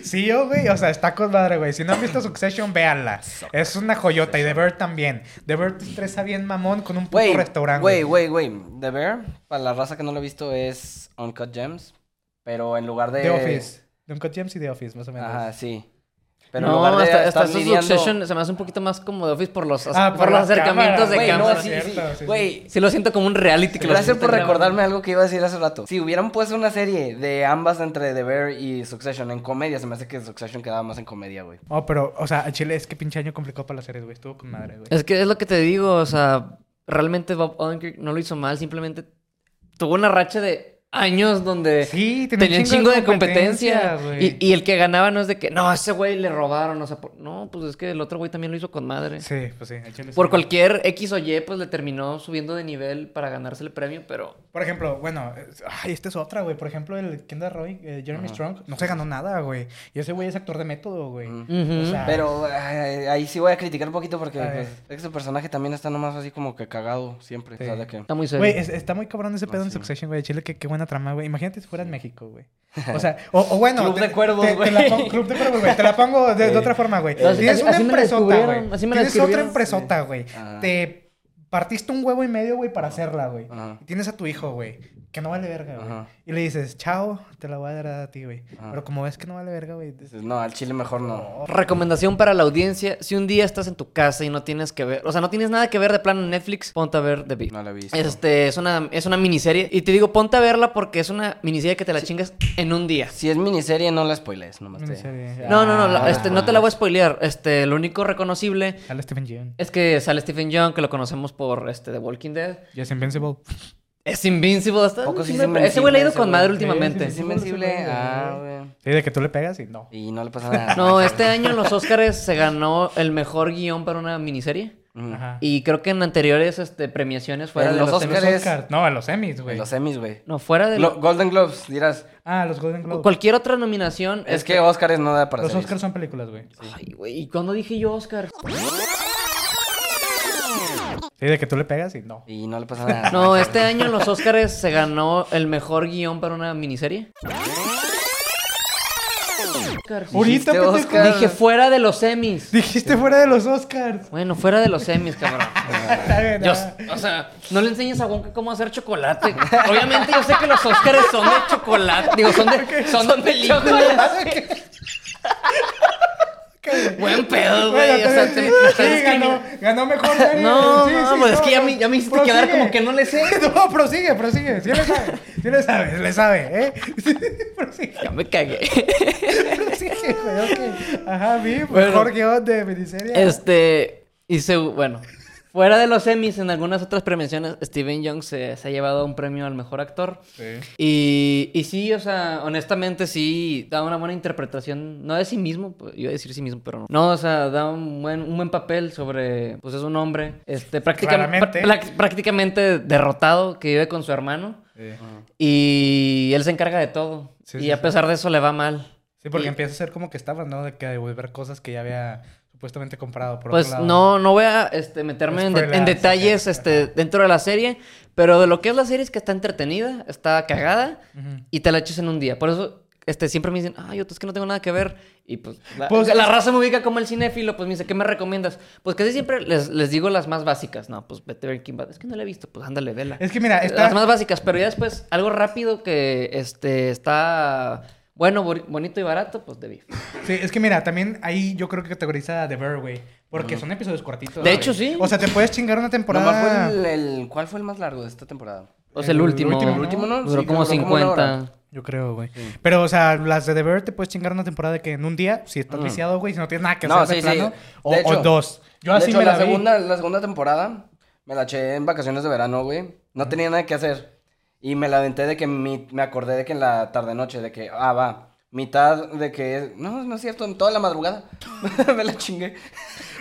[SPEAKER 1] sí, yo, güey. E O sea, está con madre, güey. Si no han visto Succession, véanla. Es una joyota. Y The Bear también. The Bear te estresa bien mamón con un puto
[SPEAKER 2] Güey,
[SPEAKER 1] restaurante.
[SPEAKER 2] güey,
[SPEAKER 1] güey.
[SPEAKER 2] güey, güey. The Bear, para la raza que no lo ha visto, es Uncut Gems. Pero en lugar de.
[SPEAKER 1] The Office. Duncan James y The Office, más o menos.
[SPEAKER 2] Ajá, sí. Pero en
[SPEAKER 3] no,
[SPEAKER 2] lugar de
[SPEAKER 3] hasta, hasta
[SPEAKER 2] estar
[SPEAKER 3] eso
[SPEAKER 2] lidiando-
[SPEAKER 3] Succession se me hace un poquito más como de Office por los,
[SPEAKER 1] Ah,
[SPEAKER 3] por
[SPEAKER 1] por
[SPEAKER 3] los
[SPEAKER 1] las cámaras,
[SPEAKER 3] acercamientos de
[SPEAKER 2] Güey,
[SPEAKER 3] cámara.
[SPEAKER 2] no, sí,
[SPEAKER 1] cámaras,
[SPEAKER 2] sí.
[SPEAKER 1] cierto, sí,
[SPEAKER 2] Güey,
[SPEAKER 3] Sí lo siento como un reality que los
[SPEAKER 2] gracias
[SPEAKER 3] están
[SPEAKER 2] por
[SPEAKER 3] grabando.
[SPEAKER 2] recordarme algo que iba a decir hace rato. Si hubieran puesto una serie de ambas entre The Bear y Succession en comedia, se me hace que Succession quedaba más en comedia, güey.
[SPEAKER 1] Oh, pero, o sea, a Chile es que pinche año complicado para las series, güey. Estuvo con madre, güey.
[SPEAKER 3] Es que es lo que te digo, o sea, realmente Bob Odenkirk no lo hizo mal, simplemente tuvo una racha de años donde
[SPEAKER 1] Sí,
[SPEAKER 3] tenía un chingo de competencia.
[SPEAKER 1] competencias,
[SPEAKER 3] Y, y el que ganaba no es de que, no, a ese güey le robaron, o sea, por- no, pues es que el otro güey también lo hizo con madre.
[SPEAKER 1] Sí, pues sí, a Chile
[SPEAKER 3] Por
[SPEAKER 1] sí.
[SPEAKER 3] cualquier X o Y, pues le terminó subiendo de nivel para ganarse el premio, pero
[SPEAKER 1] Por ejemplo, bueno, es- ay, esta es otra, güey. Por ejemplo, el Kendall Roy, eh, Jeremy
[SPEAKER 2] Ajá.
[SPEAKER 1] Strong, no se ganó nada, güey. Y ese güey es actor de método, güey.
[SPEAKER 3] Mm,
[SPEAKER 2] Ujú.
[SPEAKER 1] O sea,
[SPEAKER 2] Pero ay, ahí sí voy a criticar un poquito porque
[SPEAKER 1] A ver.
[SPEAKER 2] pues, es que su personaje también está nomás así como que cagado siempre.
[SPEAKER 1] Sí.
[SPEAKER 2] O sea, de que...
[SPEAKER 3] está muy serio.
[SPEAKER 1] Güey, es- está muy cabrón ese
[SPEAKER 3] Ah,
[SPEAKER 2] No,
[SPEAKER 1] pedo en
[SPEAKER 2] sí.
[SPEAKER 1] Succession, güey. de Chile, qué, qué buena trama, güey. Imagínate si fuera en México, güey. O sea, o, o bueno.
[SPEAKER 2] Club
[SPEAKER 1] te-
[SPEAKER 2] de cuervos,
[SPEAKER 1] te- te la
[SPEAKER 2] güey.
[SPEAKER 1] pon- Club de cuervos, güey. Te la pongo de, de otra forma, güey.
[SPEAKER 3] Eh, así-
[SPEAKER 1] Tienes una
[SPEAKER 3] así me la
[SPEAKER 1] empresota,
[SPEAKER 3] descubrieron, Ah.
[SPEAKER 1] güey.
[SPEAKER 3] así me la
[SPEAKER 1] Tienes otra
[SPEAKER 3] describieron.
[SPEAKER 1] empresa, güey.
[SPEAKER 2] Ajá.
[SPEAKER 1] Te partiste un huevo y medio, güey,
[SPEAKER 3] Ah.
[SPEAKER 1] para hacerla, güey.
[SPEAKER 2] Ajá.
[SPEAKER 1] Y Tienes a tu hijo, güey, que no vale verga, güey.
[SPEAKER 2] Ajá.
[SPEAKER 1] Y le dices, chao, te la voy a dar a ti, güey.
[SPEAKER 3] Ah.
[SPEAKER 2] Ajá.
[SPEAKER 1] Pero como ves que no vale verga, güey, dices,
[SPEAKER 2] Dices, no, al chile mejor no.
[SPEAKER 3] Recomendación para la audiencia, si un día estás en tu casa y no tienes que ver, o sea, no tienes nada que ver de plano en Netflix, ponte a ver The Beat.
[SPEAKER 2] No la he visto.
[SPEAKER 3] Este, es una, es una miniserie. Y te digo, ponte a verla porque es una miniserie que te la chingas en un día.
[SPEAKER 2] Si es miniserie, no la spoiles, nomás te-
[SPEAKER 1] Miniserie.
[SPEAKER 2] Sí.
[SPEAKER 3] No, no, no, la-
[SPEAKER 2] Ah,
[SPEAKER 3] este, no te la voy a spoilear. Este, lo único reconocible
[SPEAKER 1] Sale Stephen Yeun.
[SPEAKER 3] es que sale Stephen Young, que lo conocemos por este, The Walking Dead.
[SPEAKER 1] Yes, Invincible.
[SPEAKER 3] Es Invincible. Está,
[SPEAKER 2] Poco sí es
[SPEAKER 3] siempre- ese güey le ha ido
[SPEAKER 2] invencible,
[SPEAKER 3] con
[SPEAKER 2] ese
[SPEAKER 3] madre
[SPEAKER 2] güey.
[SPEAKER 3] últimamente.
[SPEAKER 1] Sí,
[SPEAKER 2] ¿Es
[SPEAKER 1] sí, sí.
[SPEAKER 2] invencible? Ah,
[SPEAKER 1] güey.
[SPEAKER 2] güey.
[SPEAKER 1] Sí, de que tú le pegas y no.
[SPEAKER 2] Y no le pasa nada.
[SPEAKER 3] No, este año en los Oscars se ganó el mejor guión para una miniserie.
[SPEAKER 2] Ujú.
[SPEAKER 1] Ajá.
[SPEAKER 3] Mm. Y creo que en anteriores este, premiaciones fuera
[SPEAKER 2] En
[SPEAKER 3] de
[SPEAKER 2] los
[SPEAKER 3] los,
[SPEAKER 1] En
[SPEAKER 3] Emmys-
[SPEAKER 1] los
[SPEAKER 2] Óscares.
[SPEAKER 1] Oscars. No, en los Emmys, güey.
[SPEAKER 2] En los Emmys, güey.
[SPEAKER 3] No, fuera de
[SPEAKER 2] Glo- Golden Globes, dirás.
[SPEAKER 3] Em-
[SPEAKER 1] Ah, los Golden Globes.
[SPEAKER 3] cualquier otra nominación.
[SPEAKER 2] Es que Oscar es no da para
[SPEAKER 1] Los
[SPEAKER 2] series.
[SPEAKER 1] Oscars son películas, güey.
[SPEAKER 3] Ay, güey, ¿y cuándo dije yo Oscar?
[SPEAKER 1] Sí, de que tú le pegas y no.
[SPEAKER 2] Y no le pasa nada.
[SPEAKER 3] No, este año en los Oscars se ganó el mejor guión para una miniserie. Oscars.
[SPEAKER 1] Ahorita,
[SPEAKER 2] Dijiste
[SPEAKER 1] pendejo.
[SPEAKER 2] Oscar.
[SPEAKER 3] Dije fuera de los Emmys.
[SPEAKER 1] Dijiste fuera de los Oscars.
[SPEAKER 3] Bueno, fuera de los Emmys, cabrón.
[SPEAKER 1] Está bien,
[SPEAKER 3] Yo-
[SPEAKER 1] ah.
[SPEAKER 3] o sea, no le enseñes a Wonka cómo hacer chocolate. Obviamente yo sé que los Oscars son de chocolate. Digo, son de, son de películas. Buen
[SPEAKER 1] Bueno,
[SPEAKER 3] pedo, güey. O sea,
[SPEAKER 1] también,
[SPEAKER 3] te,
[SPEAKER 1] sí,
[SPEAKER 3] me estás
[SPEAKER 1] sí, ganó,
[SPEAKER 3] discriminando.
[SPEAKER 1] ganó mejor. serie.
[SPEAKER 3] No,
[SPEAKER 1] Sí,
[SPEAKER 3] no,
[SPEAKER 1] sí,
[SPEAKER 3] pues es que ya
[SPEAKER 1] no.
[SPEAKER 3] me, ya me hiciste quedar como que no le sé.
[SPEAKER 1] No, prosigue, prosigue. Sí le sabe. Sí le sabe, le sabe, ¿eh? Sí, prosigue.
[SPEAKER 3] Ya me cagué.
[SPEAKER 1] prosigue, güey, ok. Ajá, vi.
[SPEAKER 3] Bueno.
[SPEAKER 1] Mejor guión de miniserie.
[SPEAKER 3] Este, y se, bueno, fuera de los Emmys, en algunas otras premiaciones, Steven Young se, se ha llevado un premio al mejor actor.
[SPEAKER 1] Sí.
[SPEAKER 3] Y, y sí, o sea, honestamente sí da una buena interpretación, no de sí mismo, pues, iba a decir sí mismo, pero no. No, o sea, da un buen, un buen papel sobre, pues es un hombre, este, prácticamente,
[SPEAKER 1] Claramente.
[SPEAKER 3] prá- prácticamente derrotado, que vive con su hermano
[SPEAKER 1] Sí.
[SPEAKER 3] y él se encarga de todo.
[SPEAKER 1] Sí,
[SPEAKER 3] y
[SPEAKER 1] sí,
[SPEAKER 3] a
[SPEAKER 1] sí.
[SPEAKER 3] pesar de eso le va mal.
[SPEAKER 1] Sí, porque
[SPEAKER 3] Y-
[SPEAKER 1] empieza a ser como que estaba, ¿no? De que devolver cosas que ya había supuestamente comprado. Por
[SPEAKER 3] Pues
[SPEAKER 1] otro lado.
[SPEAKER 3] no, no voy a este, meterme en, de- en
[SPEAKER 1] Spoilers,
[SPEAKER 3] detalles
[SPEAKER 1] ok.
[SPEAKER 3] este, dentro de la serie, pero de lo que es la serie es que está entretenida, está cagada
[SPEAKER 1] Ujú.
[SPEAKER 3] y te la echas en un día. Por eso este, siempre me dicen, ay, otro es que no tengo nada que ver. Y pues la,
[SPEAKER 1] Pues-
[SPEAKER 3] la raza me ubica como el cinéfilo, pues me dice, ¿qué me recomiendas? Pues casi siempre les, les digo las más básicas. No, pues vete Breaking Bad. Es que no la he visto, pues ándale, vela.
[SPEAKER 1] Es que mira, está-
[SPEAKER 3] Las más básicas, pero ya después, algo rápido que este, está bueno, boni- bonito y barato, pues The Beef.
[SPEAKER 1] Sí, es que mira, también ahí yo creo que categoriza The Bear, güey. Porque son episodios cortitos.
[SPEAKER 3] De
[SPEAKER 1] güey.
[SPEAKER 3] hecho, sí.
[SPEAKER 1] O sea, te puedes chingar una
[SPEAKER 2] Nomás
[SPEAKER 1] temporada.
[SPEAKER 2] fue el, el- ¿Cuál fue el más largo de esta temporada?
[SPEAKER 3] O sea, el,
[SPEAKER 1] El
[SPEAKER 3] último.
[SPEAKER 1] último,
[SPEAKER 2] El último, ¿no?
[SPEAKER 3] Duró
[SPEAKER 2] Sí, creo
[SPEAKER 3] como
[SPEAKER 2] que una
[SPEAKER 3] 50.
[SPEAKER 2] hora.
[SPEAKER 1] Yo creo, güey. Pero, o sea, las de The Bear te puedes chingar una temporada de que en un día, si estás viciado, güey, si no tienes nada que hacer
[SPEAKER 2] No,
[SPEAKER 1] de
[SPEAKER 2] sí, sí.
[SPEAKER 1] plano, O,
[SPEAKER 2] De hecho-
[SPEAKER 1] o dos. Yo
[SPEAKER 2] de
[SPEAKER 1] así
[SPEAKER 2] hecho,
[SPEAKER 1] me la,
[SPEAKER 2] la,
[SPEAKER 1] vi.
[SPEAKER 2] segunda, la segunda temporada me la eché en vacaciones de verano, güey. No tenía nada que hacer. Y me la aventé de que mi- me acordé de que en la tarde-noche, de que, ah, va. Mitad de que, no, no es cierto, en toda la madrugada. me la chingué.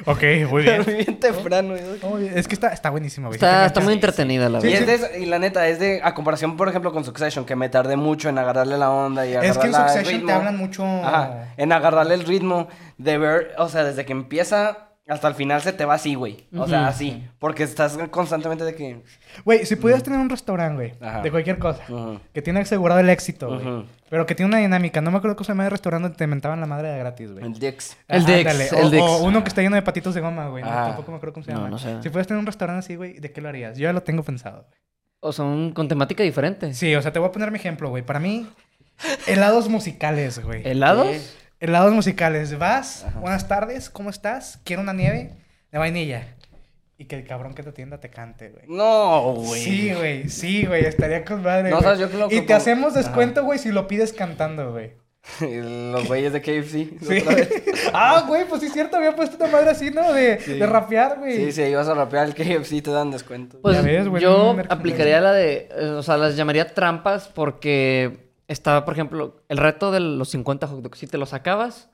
[SPEAKER 1] Ok, muy bien.
[SPEAKER 2] Pero bien temprano. güey.
[SPEAKER 1] Oh, es que está, está buenísimo, güey.
[SPEAKER 3] Está,
[SPEAKER 1] Te
[SPEAKER 3] está muy
[SPEAKER 1] enganchas.
[SPEAKER 3] entretenida la
[SPEAKER 1] Sí,
[SPEAKER 2] Y,
[SPEAKER 3] verdad.
[SPEAKER 2] es de esa- y la neta, es de, a comparación, por ejemplo, con Succession, que me tardé mucho en agarrarle la onda y agarrarle
[SPEAKER 1] Es que en
[SPEAKER 2] el
[SPEAKER 1] Succession te
[SPEAKER 2] ritmo.
[SPEAKER 1] hablan mucho. Ah.
[SPEAKER 2] Ajá, en agarrarle el ritmo de ver, o sea, desde que empieza hasta el final se te va así, güey. O sea, así. Porque estás constantemente de que...
[SPEAKER 1] Güey, si pudieras tener un restaurante,
[SPEAKER 2] Ajá.
[SPEAKER 1] güey, de cualquier cosa,
[SPEAKER 2] Ujú.
[SPEAKER 1] que tiene asegurado el éxito, güey,
[SPEAKER 2] Ujú.
[SPEAKER 1] pero que tiene una dinámica. No me acuerdo cómo se llama el restaurante donde te mentaban la madre de gratis, güey.
[SPEAKER 2] El Dix.
[SPEAKER 3] El
[SPEAKER 1] Ah,
[SPEAKER 3] Dex,
[SPEAKER 1] ándale.
[SPEAKER 3] el
[SPEAKER 1] o,
[SPEAKER 3] Dex.
[SPEAKER 1] o uno que está lleno de patitos de goma, güey. No,
[SPEAKER 2] Ah.
[SPEAKER 1] tampoco me acuerdo cómo se
[SPEAKER 3] No,
[SPEAKER 1] llama.
[SPEAKER 3] no sé.
[SPEAKER 1] Si fueras tener un restaurante así, güey, ¿de qué lo harías? Yo ya lo tengo pensado. güey.
[SPEAKER 3] O sea, un- con temática diferente.
[SPEAKER 1] Sí, o sea, te voy a poner mi ejemplo, güey. Para mí, helados musicales, güey.
[SPEAKER 3] ¿Helados?
[SPEAKER 1] Helados musicales. Vas, buenas tardes, ¿cómo estás? Quiero una nieve de vainilla. Y que el cabrón que te atienda te cante, güey.
[SPEAKER 2] No, güey.
[SPEAKER 1] Sí, güey, sí, güey, estaría con madre.
[SPEAKER 2] No,
[SPEAKER 1] güey.
[SPEAKER 2] sabes, yo creo que
[SPEAKER 1] Y te
[SPEAKER 2] como-
[SPEAKER 1] hacemos descuento, güey, si lo pides cantando, güey.
[SPEAKER 2] Los güeyes de KFC.
[SPEAKER 1] Sí.
[SPEAKER 2] otra vez.
[SPEAKER 1] ah, güey, pues sí es cierto, había puesto una madre así, ¿no? De, de rapear, güey.
[SPEAKER 2] Sí, sí, ibas a rapear el KFC, te dan descuento.
[SPEAKER 3] Pues
[SPEAKER 1] Ya ves, güey, no
[SPEAKER 3] yo
[SPEAKER 1] me recomiendo.
[SPEAKER 3] aplicaría la de, eh, o sea, las llamaría trampas porque estaba, por ejemplo, el reto de los 50 hot dogs. Si te los acabas,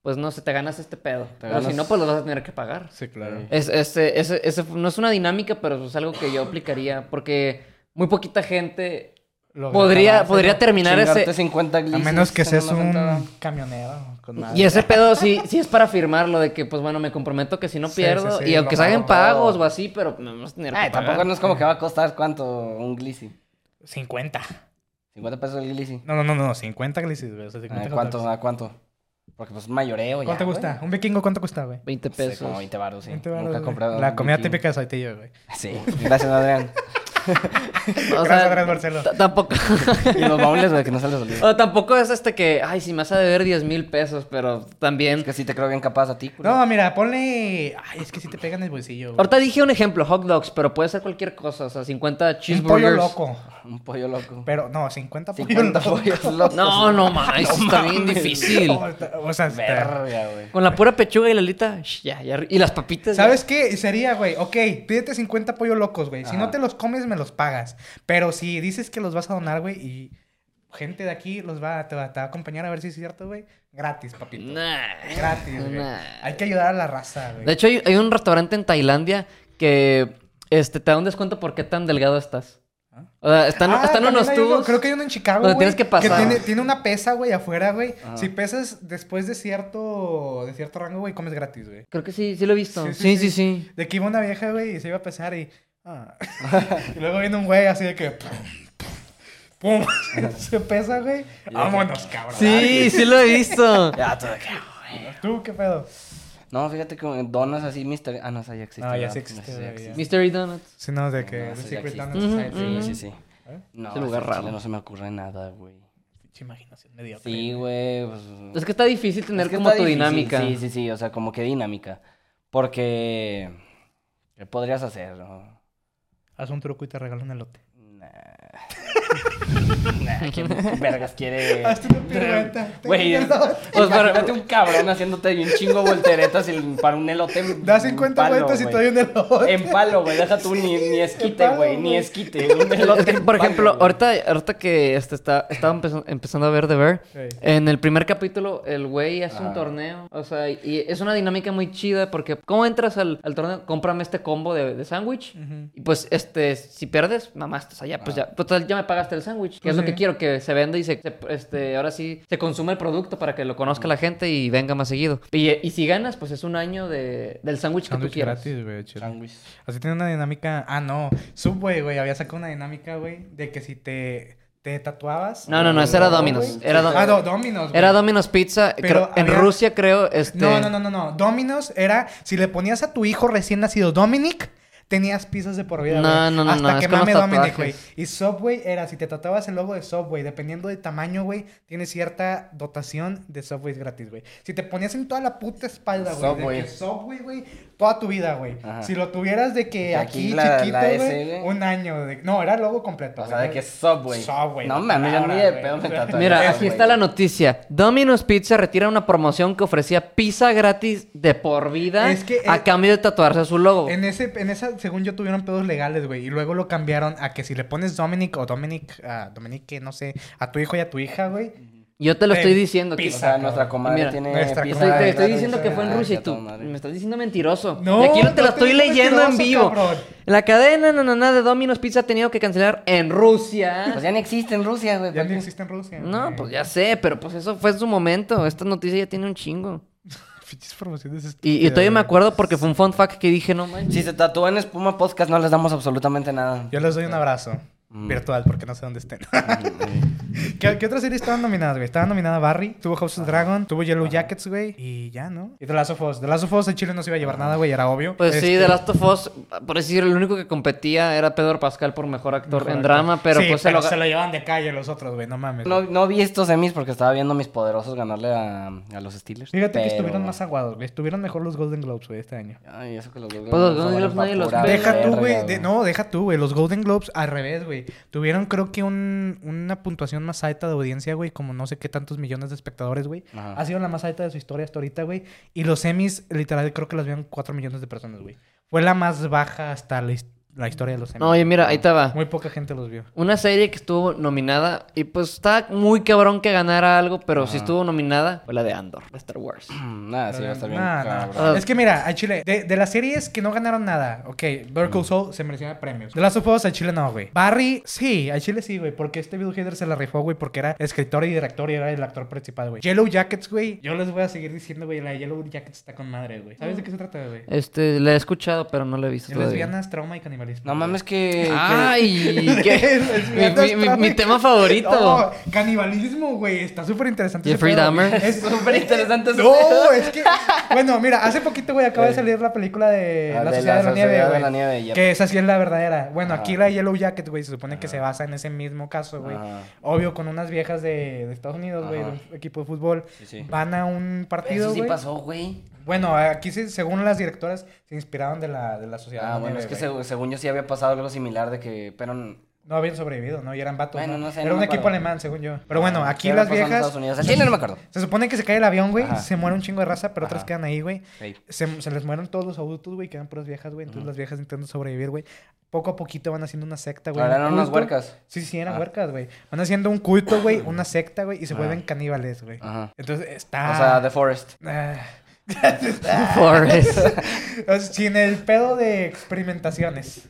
[SPEAKER 3] pues no sé, te ganas este pedo. Pero
[SPEAKER 2] ganas-
[SPEAKER 3] si no, pues los vas a tener que pagar.
[SPEAKER 1] Sí, claro.
[SPEAKER 3] Es, este, ese- ese no es una dinámica, pero es algo que yo aplicaría porque muy poquita gente
[SPEAKER 1] Lo ¿eh?
[SPEAKER 3] podría,
[SPEAKER 1] grabas,
[SPEAKER 3] podría
[SPEAKER 1] ¿no?
[SPEAKER 3] terminar
[SPEAKER 2] Chingarte
[SPEAKER 3] ese...
[SPEAKER 2] 50
[SPEAKER 1] A
[SPEAKER 2] glisis
[SPEAKER 1] menos que
[SPEAKER 2] en
[SPEAKER 1] seas
[SPEAKER 2] una
[SPEAKER 1] un
[SPEAKER 2] sentada.
[SPEAKER 1] camionero con
[SPEAKER 3] Y
[SPEAKER 1] madre.
[SPEAKER 3] ese pedo sí, sí es para firmarlo, de que, pues bueno, me comprometo que si no
[SPEAKER 1] Sí,
[SPEAKER 3] pierdo,
[SPEAKER 1] sí, sí,
[SPEAKER 3] y aunque
[SPEAKER 1] lo
[SPEAKER 3] salgan
[SPEAKER 1] pago.
[SPEAKER 3] pagos o así, pero me vas a tener que
[SPEAKER 2] Ay,
[SPEAKER 3] pagar.
[SPEAKER 2] tampoco no es como que va a costar cuánto un glisi.
[SPEAKER 1] 50.
[SPEAKER 2] 50 pesos el glisi.
[SPEAKER 1] No, no, no, no, 50 glisis, güey. O sea, 50
[SPEAKER 2] ¿A
[SPEAKER 1] hot
[SPEAKER 2] cuánto?
[SPEAKER 1] dogs.
[SPEAKER 2] ¿A cuánto? Porque pues mayoreo ya.
[SPEAKER 1] ¿Cuánto te
[SPEAKER 2] güey.
[SPEAKER 1] gusta? ¿Un vikingo cuánto cuesta, güey?
[SPEAKER 3] 20
[SPEAKER 2] No sé,
[SPEAKER 3] pesos.
[SPEAKER 2] como 20 baros, sí.
[SPEAKER 1] 20 baros,
[SPEAKER 2] Nunca he
[SPEAKER 1] güey.
[SPEAKER 2] comprado.
[SPEAKER 1] La
[SPEAKER 2] un
[SPEAKER 1] comida
[SPEAKER 2] Viking.
[SPEAKER 1] típica de Saltillo, güey.
[SPEAKER 2] Sí, gracias Adrián.
[SPEAKER 3] O
[SPEAKER 1] Gracias,
[SPEAKER 3] sea,
[SPEAKER 1] gracias, Marcelo.
[SPEAKER 3] t- Tampoco.
[SPEAKER 2] Y los baúles, güey, que no se les olvida.
[SPEAKER 3] o tampoco es este que, ay, si me vas a deber 10 mil pesos, pero también.
[SPEAKER 2] Es que sí te creo bien capaz a ti, culo.
[SPEAKER 1] No, mira, ponle. Ay, es que si te pegan el bolsillo, güey.
[SPEAKER 3] Ahorita dije un ejemplo, hot dogs, pero puede ser cualquier cosa, o sea, 50
[SPEAKER 1] Un pollo
[SPEAKER 3] cheeseburgers.
[SPEAKER 1] loco.
[SPEAKER 2] Un pollo loco.
[SPEAKER 1] Pero, no, 50 pollo
[SPEAKER 2] 50
[SPEAKER 1] loco.
[SPEAKER 2] pollos locos.
[SPEAKER 3] No, no, ma, eso está bien difícil.
[SPEAKER 1] No, está- O sea, está-
[SPEAKER 2] Verga, güey.
[SPEAKER 3] Con la pura pechuga y la alita, sh, ya, ya, y las papitas. ya.
[SPEAKER 1] ¿Sabes qué? Sería, güey, ok, pídete 50 pollo locos, güey. Si no
[SPEAKER 2] Ajá.
[SPEAKER 1] te los comes, me los pagas. Pero si dices que los vas a donar, güey, y gente de aquí los va, te, va, te va a acompañar a ver si es cierto, güey. Gratis, papito.
[SPEAKER 3] Nah.
[SPEAKER 1] Gratis, güey.
[SPEAKER 3] Nah.
[SPEAKER 1] Hay que ayudar a la raza, güey.
[SPEAKER 3] De hecho, hay, hay un restaurante en Tailandia que este, te da un descuento por qué tan delgado estás. O sea, están,
[SPEAKER 1] Ah,
[SPEAKER 3] están
[SPEAKER 1] también
[SPEAKER 3] unos
[SPEAKER 1] hay uno-
[SPEAKER 3] tubos.
[SPEAKER 1] creo que hay uno en Chicago.
[SPEAKER 3] donde
[SPEAKER 1] güey,
[SPEAKER 3] tienes que pasar.
[SPEAKER 1] tiene, tiene una pesa, güey, afuera, güey. Si pesas después de cierto, de cierto rango, güey, comes gratis, güey.
[SPEAKER 3] Creo que sí, sí lo he visto. Sí,
[SPEAKER 1] Sí, sí,
[SPEAKER 3] sí, sí.
[SPEAKER 1] De que iba una vieja, güey, y se iba a pesar y. ah. y luego viene un güey así de que. pum, Pum, pum, se pesa, güey. Vámonos, cabrón.
[SPEAKER 3] Sí, sí lo he visto.
[SPEAKER 2] Ya, todo acá, güey.
[SPEAKER 1] ¿Tú qué pedo?
[SPEAKER 2] No, fíjate que donas así, mister. Ah, no, esa ya existe.
[SPEAKER 1] No, ya
[SPEAKER 2] ¿verdad?
[SPEAKER 1] sí existe,
[SPEAKER 2] Esa ya
[SPEAKER 1] güey,
[SPEAKER 2] existe.
[SPEAKER 3] Mystery Donuts.
[SPEAKER 1] Si no, de que.
[SPEAKER 2] No,
[SPEAKER 1] The
[SPEAKER 2] esa ya
[SPEAKER 1] Secret
[SPEAKER 2] existe.
[SPEAKER 1] Dungeon Society,
[SPEAKER 3] Ujú,
[SPEAKER 1] güey.
[SPEAKER 2] Sí, sí, sí.
[SPEAKER 1] ¿Eh?
[SPEAKER 2] No,
[SPEAKER 3] Ese lugar
[SPEAKER 2] en Chile
[SPEAKER 3] raro.
[SPEAKER 2] No se me ocurre nada, güey.
[SPEAKER 1] Pinche imaginación mediocre.
[SPEAKER 2] Sí, güey. Pues,
[SPEAKER 3] Es que está difícil tener
[SPEAKER 2] Es que
[SPEAKER 3] como tu
[SPEAKER 2] está difícil,
[SPEAKER 3] dinámica.
[SPEAKER 2] Sí, sí, sí, o sea, como que dinámica. Porque ¿qué podrías hacer? no?
[SPEAKER 1] Haz un truco y te regalo un elote.
[SPEAKER 2] Nah. Nah, ¿quién vergas quiere?
[SPEAKER 1] Hazte una pirueta, te
[SPEAKER 2] Güey,
[SPEAKER 1] un elote.
[SPEAKER 2] pues imagínate un cabrón haciéndote un chingo volteretas y para un elote. en
[SPEAKER 1] Da 50
[SPEAKER 2] palo,
[SPEAKER 1] vueltas y
[SPEAKER 2] güey. Em,
[SPEAKER 1] te doy un elote.
[SPEAKER 2] En palo, güey, deja tú ni, ni esquite,
[SPEAKER 1] en palo,
[SPEAKER 2] güey, ni
[SPEAKER 1] güey.
[SPEAKER 2] esquite. un elote
[SPEAKER 3] Es que,
[SPEAKER 2] en
[SPEAKER 3] por
[SPEAKER 2] palo,
[SPEAKER 3] ejemplo,
[SPEAKER 2] güey.
[SPEAKER 3] ahorita, ahorita que este está, estaba empeza- empezando a ver The Bear,
[SPEAKER 1] Ey.
[SPEAKER 3] en el primer capítulo el güey hace un
[SPEAKER 2] Ajá.
[SPEAKER 3] torneo. O sea, y es una dinámica muy chida porque ¿cómo entras al, al torneo? Cómprame este combo de, de sándwich. Y pues, este, si pierdes, mamaste. O sea, ya, pues
[SPEAKER 1] Ah.
[SPEAKER 3] ya, total, ya me pagaste el sándwich. Que es lo
[SPEAKER 1] sí.
[SPEAKER 3] que quiero, que se venda y se, se- este, ahora sí, se consume el producto para que lo conozca la gente y venga más seguido. Y, y si ganas, pues es un año de, del sándwich que tú
[SPEAKER 1] Sándwich
[SPEAKER 3] quieras.
[SPEAKER 1] gratis, güey, chido.
[SPEAKER 2] Sándwich.
[SPEAKER 1] Así tiene una dinámica. Ah, no. Subway, güey. Había sacado una dinámica, güey. De que si te. te tatuabas.
[SPEAKER 3] No, no, no, ese era Domino's.
[SPEAKER 2] güey.
[SPEAKER 3] Era, Do-
[SPEAKER 1] Ah, no, Domino's. güey.
[SPEAKER 3] era Domino's Pizza.
[SPEAKER 1] Pero
[SPEAKER 3] creo- en
[SPEAKER 1] había-
[SPEAKER 3] Rusia, creo. Este...
[SPEAKER 1] No, no, no, no, no. Domino's era, si le ponías a tu hijo recién nacido Dominic, tenías pizzas de por vida.
[SPEAKER 3] No,
[SPEAKER 1] güey.
[SPEAKER 3] no, no,
[SPEAKER 1] Hasta
[SPEAKER 3] no,
[SPEAKER 1] que
[SPEAKER 3] es con los
[SPEAKER 1] mame Dominic,
[SPEAKER 3] tatuajes.
[SPEAKER 1] güey. Y Subway era, si te tatuabas el logo de Subway, dependiendo del tamaño, güey, tiene cierta dotación de Subway gratis, güey. Si te ponías en toda la puta espalda, güey,
[SPEAKER 2] Subway.
[SPEAKER 1] de que Subway, güey, toda tu vida, güey.
[SPEAKER 2] Ajá.
[SPEAKER 1] Si lo tuvieras de que
[SPEAKER 2] De
[SPEAKER 1] aquí,
[SPEAKER 2] aquí la-
[SPEAKER 1] chiquito,
[SPEAKER 2] la S,
[SPEAKER 1] güey,
[SPEAKER 2] güey.
[SPEAKER 1] un año. De... No, era logo completo.
[SPEAKER 2] O
[SPEAKER 1] güey.
[SPEAKER 2] sea, de que Subway.
[SPEAKER 1] Subway,
[SPEAKER 2] No mames, yo ni de
[SPEAKER 1] güey.
[SPEAKER 2] pedo me tatué.
[SPEAKER 3] Mira,
[SPEAKER 2] eso,
[SPEAKER 3] aquí
[SPEAKER 2] güey.
[SPEAKER 3] está la noticia. Domino's Pizza retira una promoción que ofrecía pizza gratis de por vida
[SPEAKER 1] Es que, eh,
[SPEAKER 3] a cambio de tatuarse su logo.
[SPEAKER 1] En, ese, en esa, según yo, tuvieron pedos legales, güey. Y luego lo cambiaron a que si le pones Dominic o Dominic, a Dominic, que no sé, a tu hijo y a tu hija, güey.
[SPEAKER 3] Yo te lo
[SPEAKER 1] eh,
[SPEAKER 3] estoy diciendo. que-
[SPEAKER 2] O
[SPEAKER 1] pizza.
[SPEAKER 2] sea, nuestra comadre
[SPEAKER 3] Mira,
[SPEAKER 2] tiene
[SPEAKER 1] nuestra
[SPEAKER 2] pizza
[SPEAKER 3] Te estoy, te
[SPEAKER 1] comadre.
[SPEAKER 2] gratis.
[SPEAKER 3] estoy diciendo que fue en
[SPEAKER 2] Ah,
[SPEAKER 3] Rusia y
[SPEAKER 2] qué
[SPEAKER 3] tú
[SPEAKER 2] toda madre.
[SPEAKER 3] me estás diciendo mentiroso.
[SPEAKER 1] No,
[SPEAKER 3] y aquí lo-
[SPEAKER 1] no
[SPEAKER 3] te lo
[SPEAKER 1] te
[SPEAKER 3] estoy
[SPEAKER 1] digo
[SPEAKER 3] leyendo en
[SPEAKER 1] mentiroso,
[SPEAKER 3] vivo.
[SPEAKER 1] cabrón.
[SPEAKER 3] La cadena nanana de Domino's Pizza ha tenido que cancelar en Rusia.
[SPEAKER 2] Pues ya ni existe en Rusia, güey.
[SPEAKER 1] Ya
[SPEAKER 2] ¿para
[SPEAKER 1] no
[SPEAKER 2] qué?
[SPEAKER 1] existe en Rusia.
[SPEAKER 3] No,
[SPEAKER 1] güey.
[SPEAKER 3] pues ya sé, pero pues eso fue en su momento. Esta noticia ya tiene un chingo.
[SPEAKER 1] Pinches promociones
[SPEAKER 3] Y, y
[SPEAKER 1] estúpidas,
[SPEAKER 3] todavía me
[SPEAKER 1] güey.
[SPEAKER 3] acuerdo porque fue un fun fact que dije, no manches.
[SPEAKER 2] Si se tatúan espuma podcast, no les damos absolutamente nada.
[SPEAKER 1] Yo les doy un abrazo
[SPEAKER 2] Mm.
[SPEAKER 1] virtual porque no sé dónde estén. ¿Qué, qué otras series estaban nominadas, güey? Estaba nominada Barry, tuvo House of Dragon, tuvo Yellow Jackets, güey. Y ya, ¿no? Y The Last of Us. The Last of Us en Chile no se iba a llevar nada, güey, era obvio.
[SPEAKER 3] Pues sí,
[SPEAKER 1] Este,
[SPEAKER 3] The Last of Us, por decir, el único que competía era Pedro Pascal por mejor actor
[SPEAKER 1] mejor
[SPEAKER 3] en
[SPEAKER 1] actor.
[SPEAKER 3] drama, pero
[SPEAKER 1] Sí,
[SPEAKER 3] pues
[SPEAKER 1] pero
[SPEAKER 3] se lo... ga-
[SPEAKER 1] llevan de calle los otros, güey, no mames.
[SPEAKER 2] No,
[SPEAKER 1] güey.
[SPEAKER 2] no vi estos semis porque estaba viendo a mis poderosos ganarle a, a los Steelers.
[SPEAKER 1] Fíjate que
[SPEAKER 2] pero-
[SPEAKER 1] estuvieron más aguados, güey. Estuvieron mejor los Golden Globes, güey, este año.
[SPEAKER 2] Ay, eso que los
[SPEAKER 3] Pues los Golden Globes nadie los ve.
[SPEAKER 1] Deja tú,
[SPEAKER 2] tu
[SPEAKER 1] güey. de- no, deja tú, güey. Los Golden Globes al revés, güey. Tuvieron, creo que, un- una puntuación más alta de audiencia, güey. Como no sé qué tantos millones de espectadores, güey.
[SPEAKER 2] Ajá.
[SPEAKER 1] Ha sido la más alta de su historia hasta ahorita, güey. Y los semis, literal, creo que las vieron 4 millones de personas, güey. Fue la más baja hasta la, his- la historia de los semis.
[SPEAKER 3] No, oye, mira, ahí te va.
[SPEAKER 1] Muy poca gente los vio.
[SPEAKER 3] Una serie que estuvo nominada y pues está muy cabrón que ganara algo, pero sí
[SPEAKER 2] Ah.
[SPEAKER 3] estuvo nominada fue la de Andor, de Star Wars.
[SPEAKER 2] Nada, sí, va a estar bien.
[SPEAKER 1] Nah, nah.
[SPEAKER 2] cabrón.
[SPEAKER 1] Es que mira, a Chile, de, de las series que no ganaron nada, ok, Vertical Soul se merecía premios. De las of Us, a Chile no, güey. Barry, sí, a Chile sí, güey, porque este Bill Hader se la rifó, güey, porque era escritor y director y era el actor principal, güey. Yellow Jackets, güey, yo les voy a seguir diciendo, güey, la de Yellow Jackets está con madre, güey.
[SPEAKER 2] Mm.
[SPEAKER 1] ¿Sabes de qué se trata, güey?
[SPEAKER 3] Este, la he escuchado, pero no la he visto
[SPEAKER 1] De
[SPEAKER 3] todavía.
[SPEAKER 1] Lesbianas, trauma y canibalismo.
[SPEAKER 2] No
[SPEAKER 1] güey.
[SPEAKER 2] mames que... que-
[SPEAKER 3] Ah, ¡Ay! ¿qué?
[SPEAKER 1] Lesbianas,
[SPEAKER 3] mi, mi- mi-
[SPEAKER 1] trauma y-
[SPEAKER 3] mi tema favorito.
[SPEAKER 1] No, canibalismo, güey. Está súper interesante. ese
[SPEAKER 3] Jeffrey
[SPEAKER 1] pedo.
[SPEAKER 3] Dahmer.
[SPEAKER 1] Es
[SPEAKER 2] Súper interesante ese
[SPEAKER 1] No,
[SPEAKER 2] pedo.
[SPEAKER 1] es que. Bueno, mira, hace poquito, güey, acaba de salir la película de
[SPEAKER 2] Ah,
[SPEAKER 1] La Sociedad de la, Nieve,
[SPEAKER 2] Sociedad de
[SPEAKER 1] güey.
[SPEAKER 2] la Nieve, ya.
[SPEAKER 1] Que esa sí es la verdadera. Bueno,
[SPEAKER 2] Ajá.
[SPEAKER 1] aquí la Yellow Jacket, güey, se supone que se basa en ese mismo caso, güey.
[SPEAKER 2] Ajá.
[SPEAKER 1] Obvio, con unas viejas de, de Estados Unidos, güey,
[SPEAKER 2] Ajá.
[SPEAKER 1] de un equipo de fútbol.
[SPEAKER 2] Sí, sí.
[SPEAKER 1] Van a un partido,
[SPEAKER 2] Eso sí
[SPEAKER 1] güey.
[SPEAKER 2] pasó, güey.
[SPEAKER 1] Bueno, aquí sí, según las directoras, se inspiraron de la, de la Sociedad de
[SPEAKER 2] Ah,
[SPEAKER 1] la
[SPEAKER 2] bueno,
[SPEAKER 1] Nieve,
[SPEAKER 2] es que
[SPEAKER 1] güey.
[SPEAKER 2] seg- según yo sí había pasado algo similar de que... Pero... n-
[SPEAKER 1] No habían sobrevivido, ¿no? Y eran vatos.
[SPEAKER 2] Bueno,
[SPEAKER 1] ¿no?
[SPEAKER 2] no sé,
[SPEAKER 1] Era
[SPEAKER 2] no
[SPEAKER 1] un
[SPEAKER 2] me
[SPEAKER 1] equipo
[SPEAKER 2] acuerdo.
[SPEAKER 1] alemán, según yo. Pero bueno, aquí
[SPEAKER 2] ¿Qué había
[SPEAKER 1] las
[SPEAKER 2] pasado en
[SPEAKER 1] viejas.
[SPEAKER 2] Estados Unidos? Al Chile no me acuerdo.
[SPEAKER 1] Se supone que se cae el avión, güey.
[SPEAKER 2] Ajá.
[SPEAKER 1] Se muere un chingo de raza, pero otras
[SPEAKER 2] Ajá.
[SPEAKER 1] quedan ahí, güey.
[SPEAKER 2] Ey.
[SPEAKER 1] Se, se les mueren todos los adultos, güey. Quedan puras viejas, güey. Entonces las viejas intentan sobrevivir, güey. Poco a poquito van haciendo una secta, güey.
[SPEAKER 2] Ahora
[SPEAKER 1] un
[SPEAKER 2] eran unas
[SPEAKER 1] culto.
[SPEAKER 2] huercas.
[SPEAKER 1] Sí, sí, eran
[SPEAKER 2] Ah.
[SPEAKER 1] huercas, güey. Van haciendo un culto, güey. Una secta, güey. Y se
[SPEAKER 2] Ah.
[SPEAKER 1] vuelven caníbales, güey.
[SPEAKER 2] Ajá.
[SPEAKER 1] Entonces está.
[SPEAKER 2] O sea, The Forest.
[SPEAKER 1] Ah.
[SPEAKER 3] Forrest.
[SPEAKER 1] Sin el pedo de experimentaciones.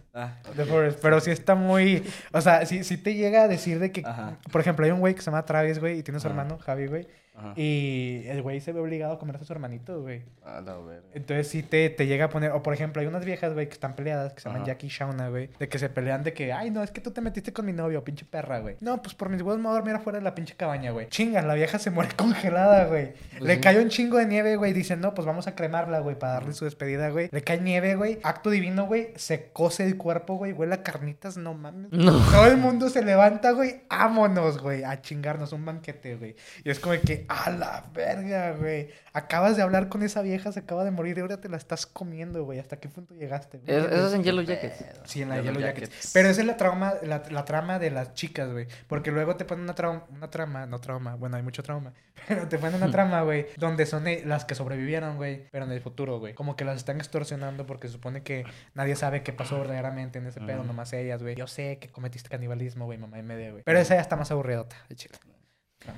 [SPEAKER 1] The Forest, pero sí está muy. O sea, sí, sí te llega a decir de que.
[SPEAKER 2] Ajá.
[SPEAKER 1] Por ejemplo, hay un güey que se llama Travis, güey, y tiene a su
[SPEAKER 2] Ajá.
[SPEAKER 1] hermano, Javi, güey.
[SPEAKER 2] Ajá.
[SPEAKER 1] Y el güey se ve obligado a comerse a su hermanito, güey.
[SPEAKER 2] A Ah, la verga.
[SPEAKER 1] Entonces sí te, te llega a poner. O por ejemplo, hay unas viejas, güey, que están peleadas, que se llaman
[SPEAKER 2] Ajá.
[SPEAKER 1] Jackie y Shauna, güey. De que se pelean de que, ay, no, es que tú te metiste con mi novio, pinche perra, güey. No, pues por mis huevos me voy a dormir afuera de la pinche cabaña, güey. Chinga, la vieja se muere congelada, güey.
[SPEAKER 2] Pues
[SPEAKER 1] Le
[SPEAKER 2] sí.
[SPEAKER 1] cayó un chingo de nieve, güey. Dicen, no, pues vamos a cremarla, güey, para darle su despedida, güey. Le cae nieve, güey. Acto divino, güey. Se cose el cuerpo, güey. Huele a carnitas, no mames.
[SPEAKER 3] No.
[SPEAKER 1] Todo el mundo se levanta, güey. Ámonos, güey. A chingarnos un banquete, güey. Y es como que, a la verga, güey. Acabas de hablar con esa vieja, se acaba de morir y ahora te la estás comiendo, güey. ¿Hasta qué punto llegaste? güey?
[SPEAKER 3] Es- Eso es en Yellow Jackets.
[SPEAKER 1] Sí, en la
[SPEAKER 2] Yellow
[SPEAKER 1] Yellow Jackets.
[SPEAKER 2] Jackets.
[SPEAKER 1] Pero esa es la, trauma, la, la trama de las chicas, güey. Porque luego te ponen una, trau- una trama, no trauma, bueno, hay mucho trauma. Pero te ponen
[SPEAKER 2] Hmm.
[SPEAKER 1] una trama, güey, donde son eh, las que sobrevivieron, güey, pero en el futuro, güey. Como que las están extorsionando porque se supone que nadie sabe qué pasó verdaderamente en ese pedo, nomás ellas, güey. Yo sé que cometiste canibalismo, güey, mamá MD, güey. Pero esa ya está más aburridota, de chile.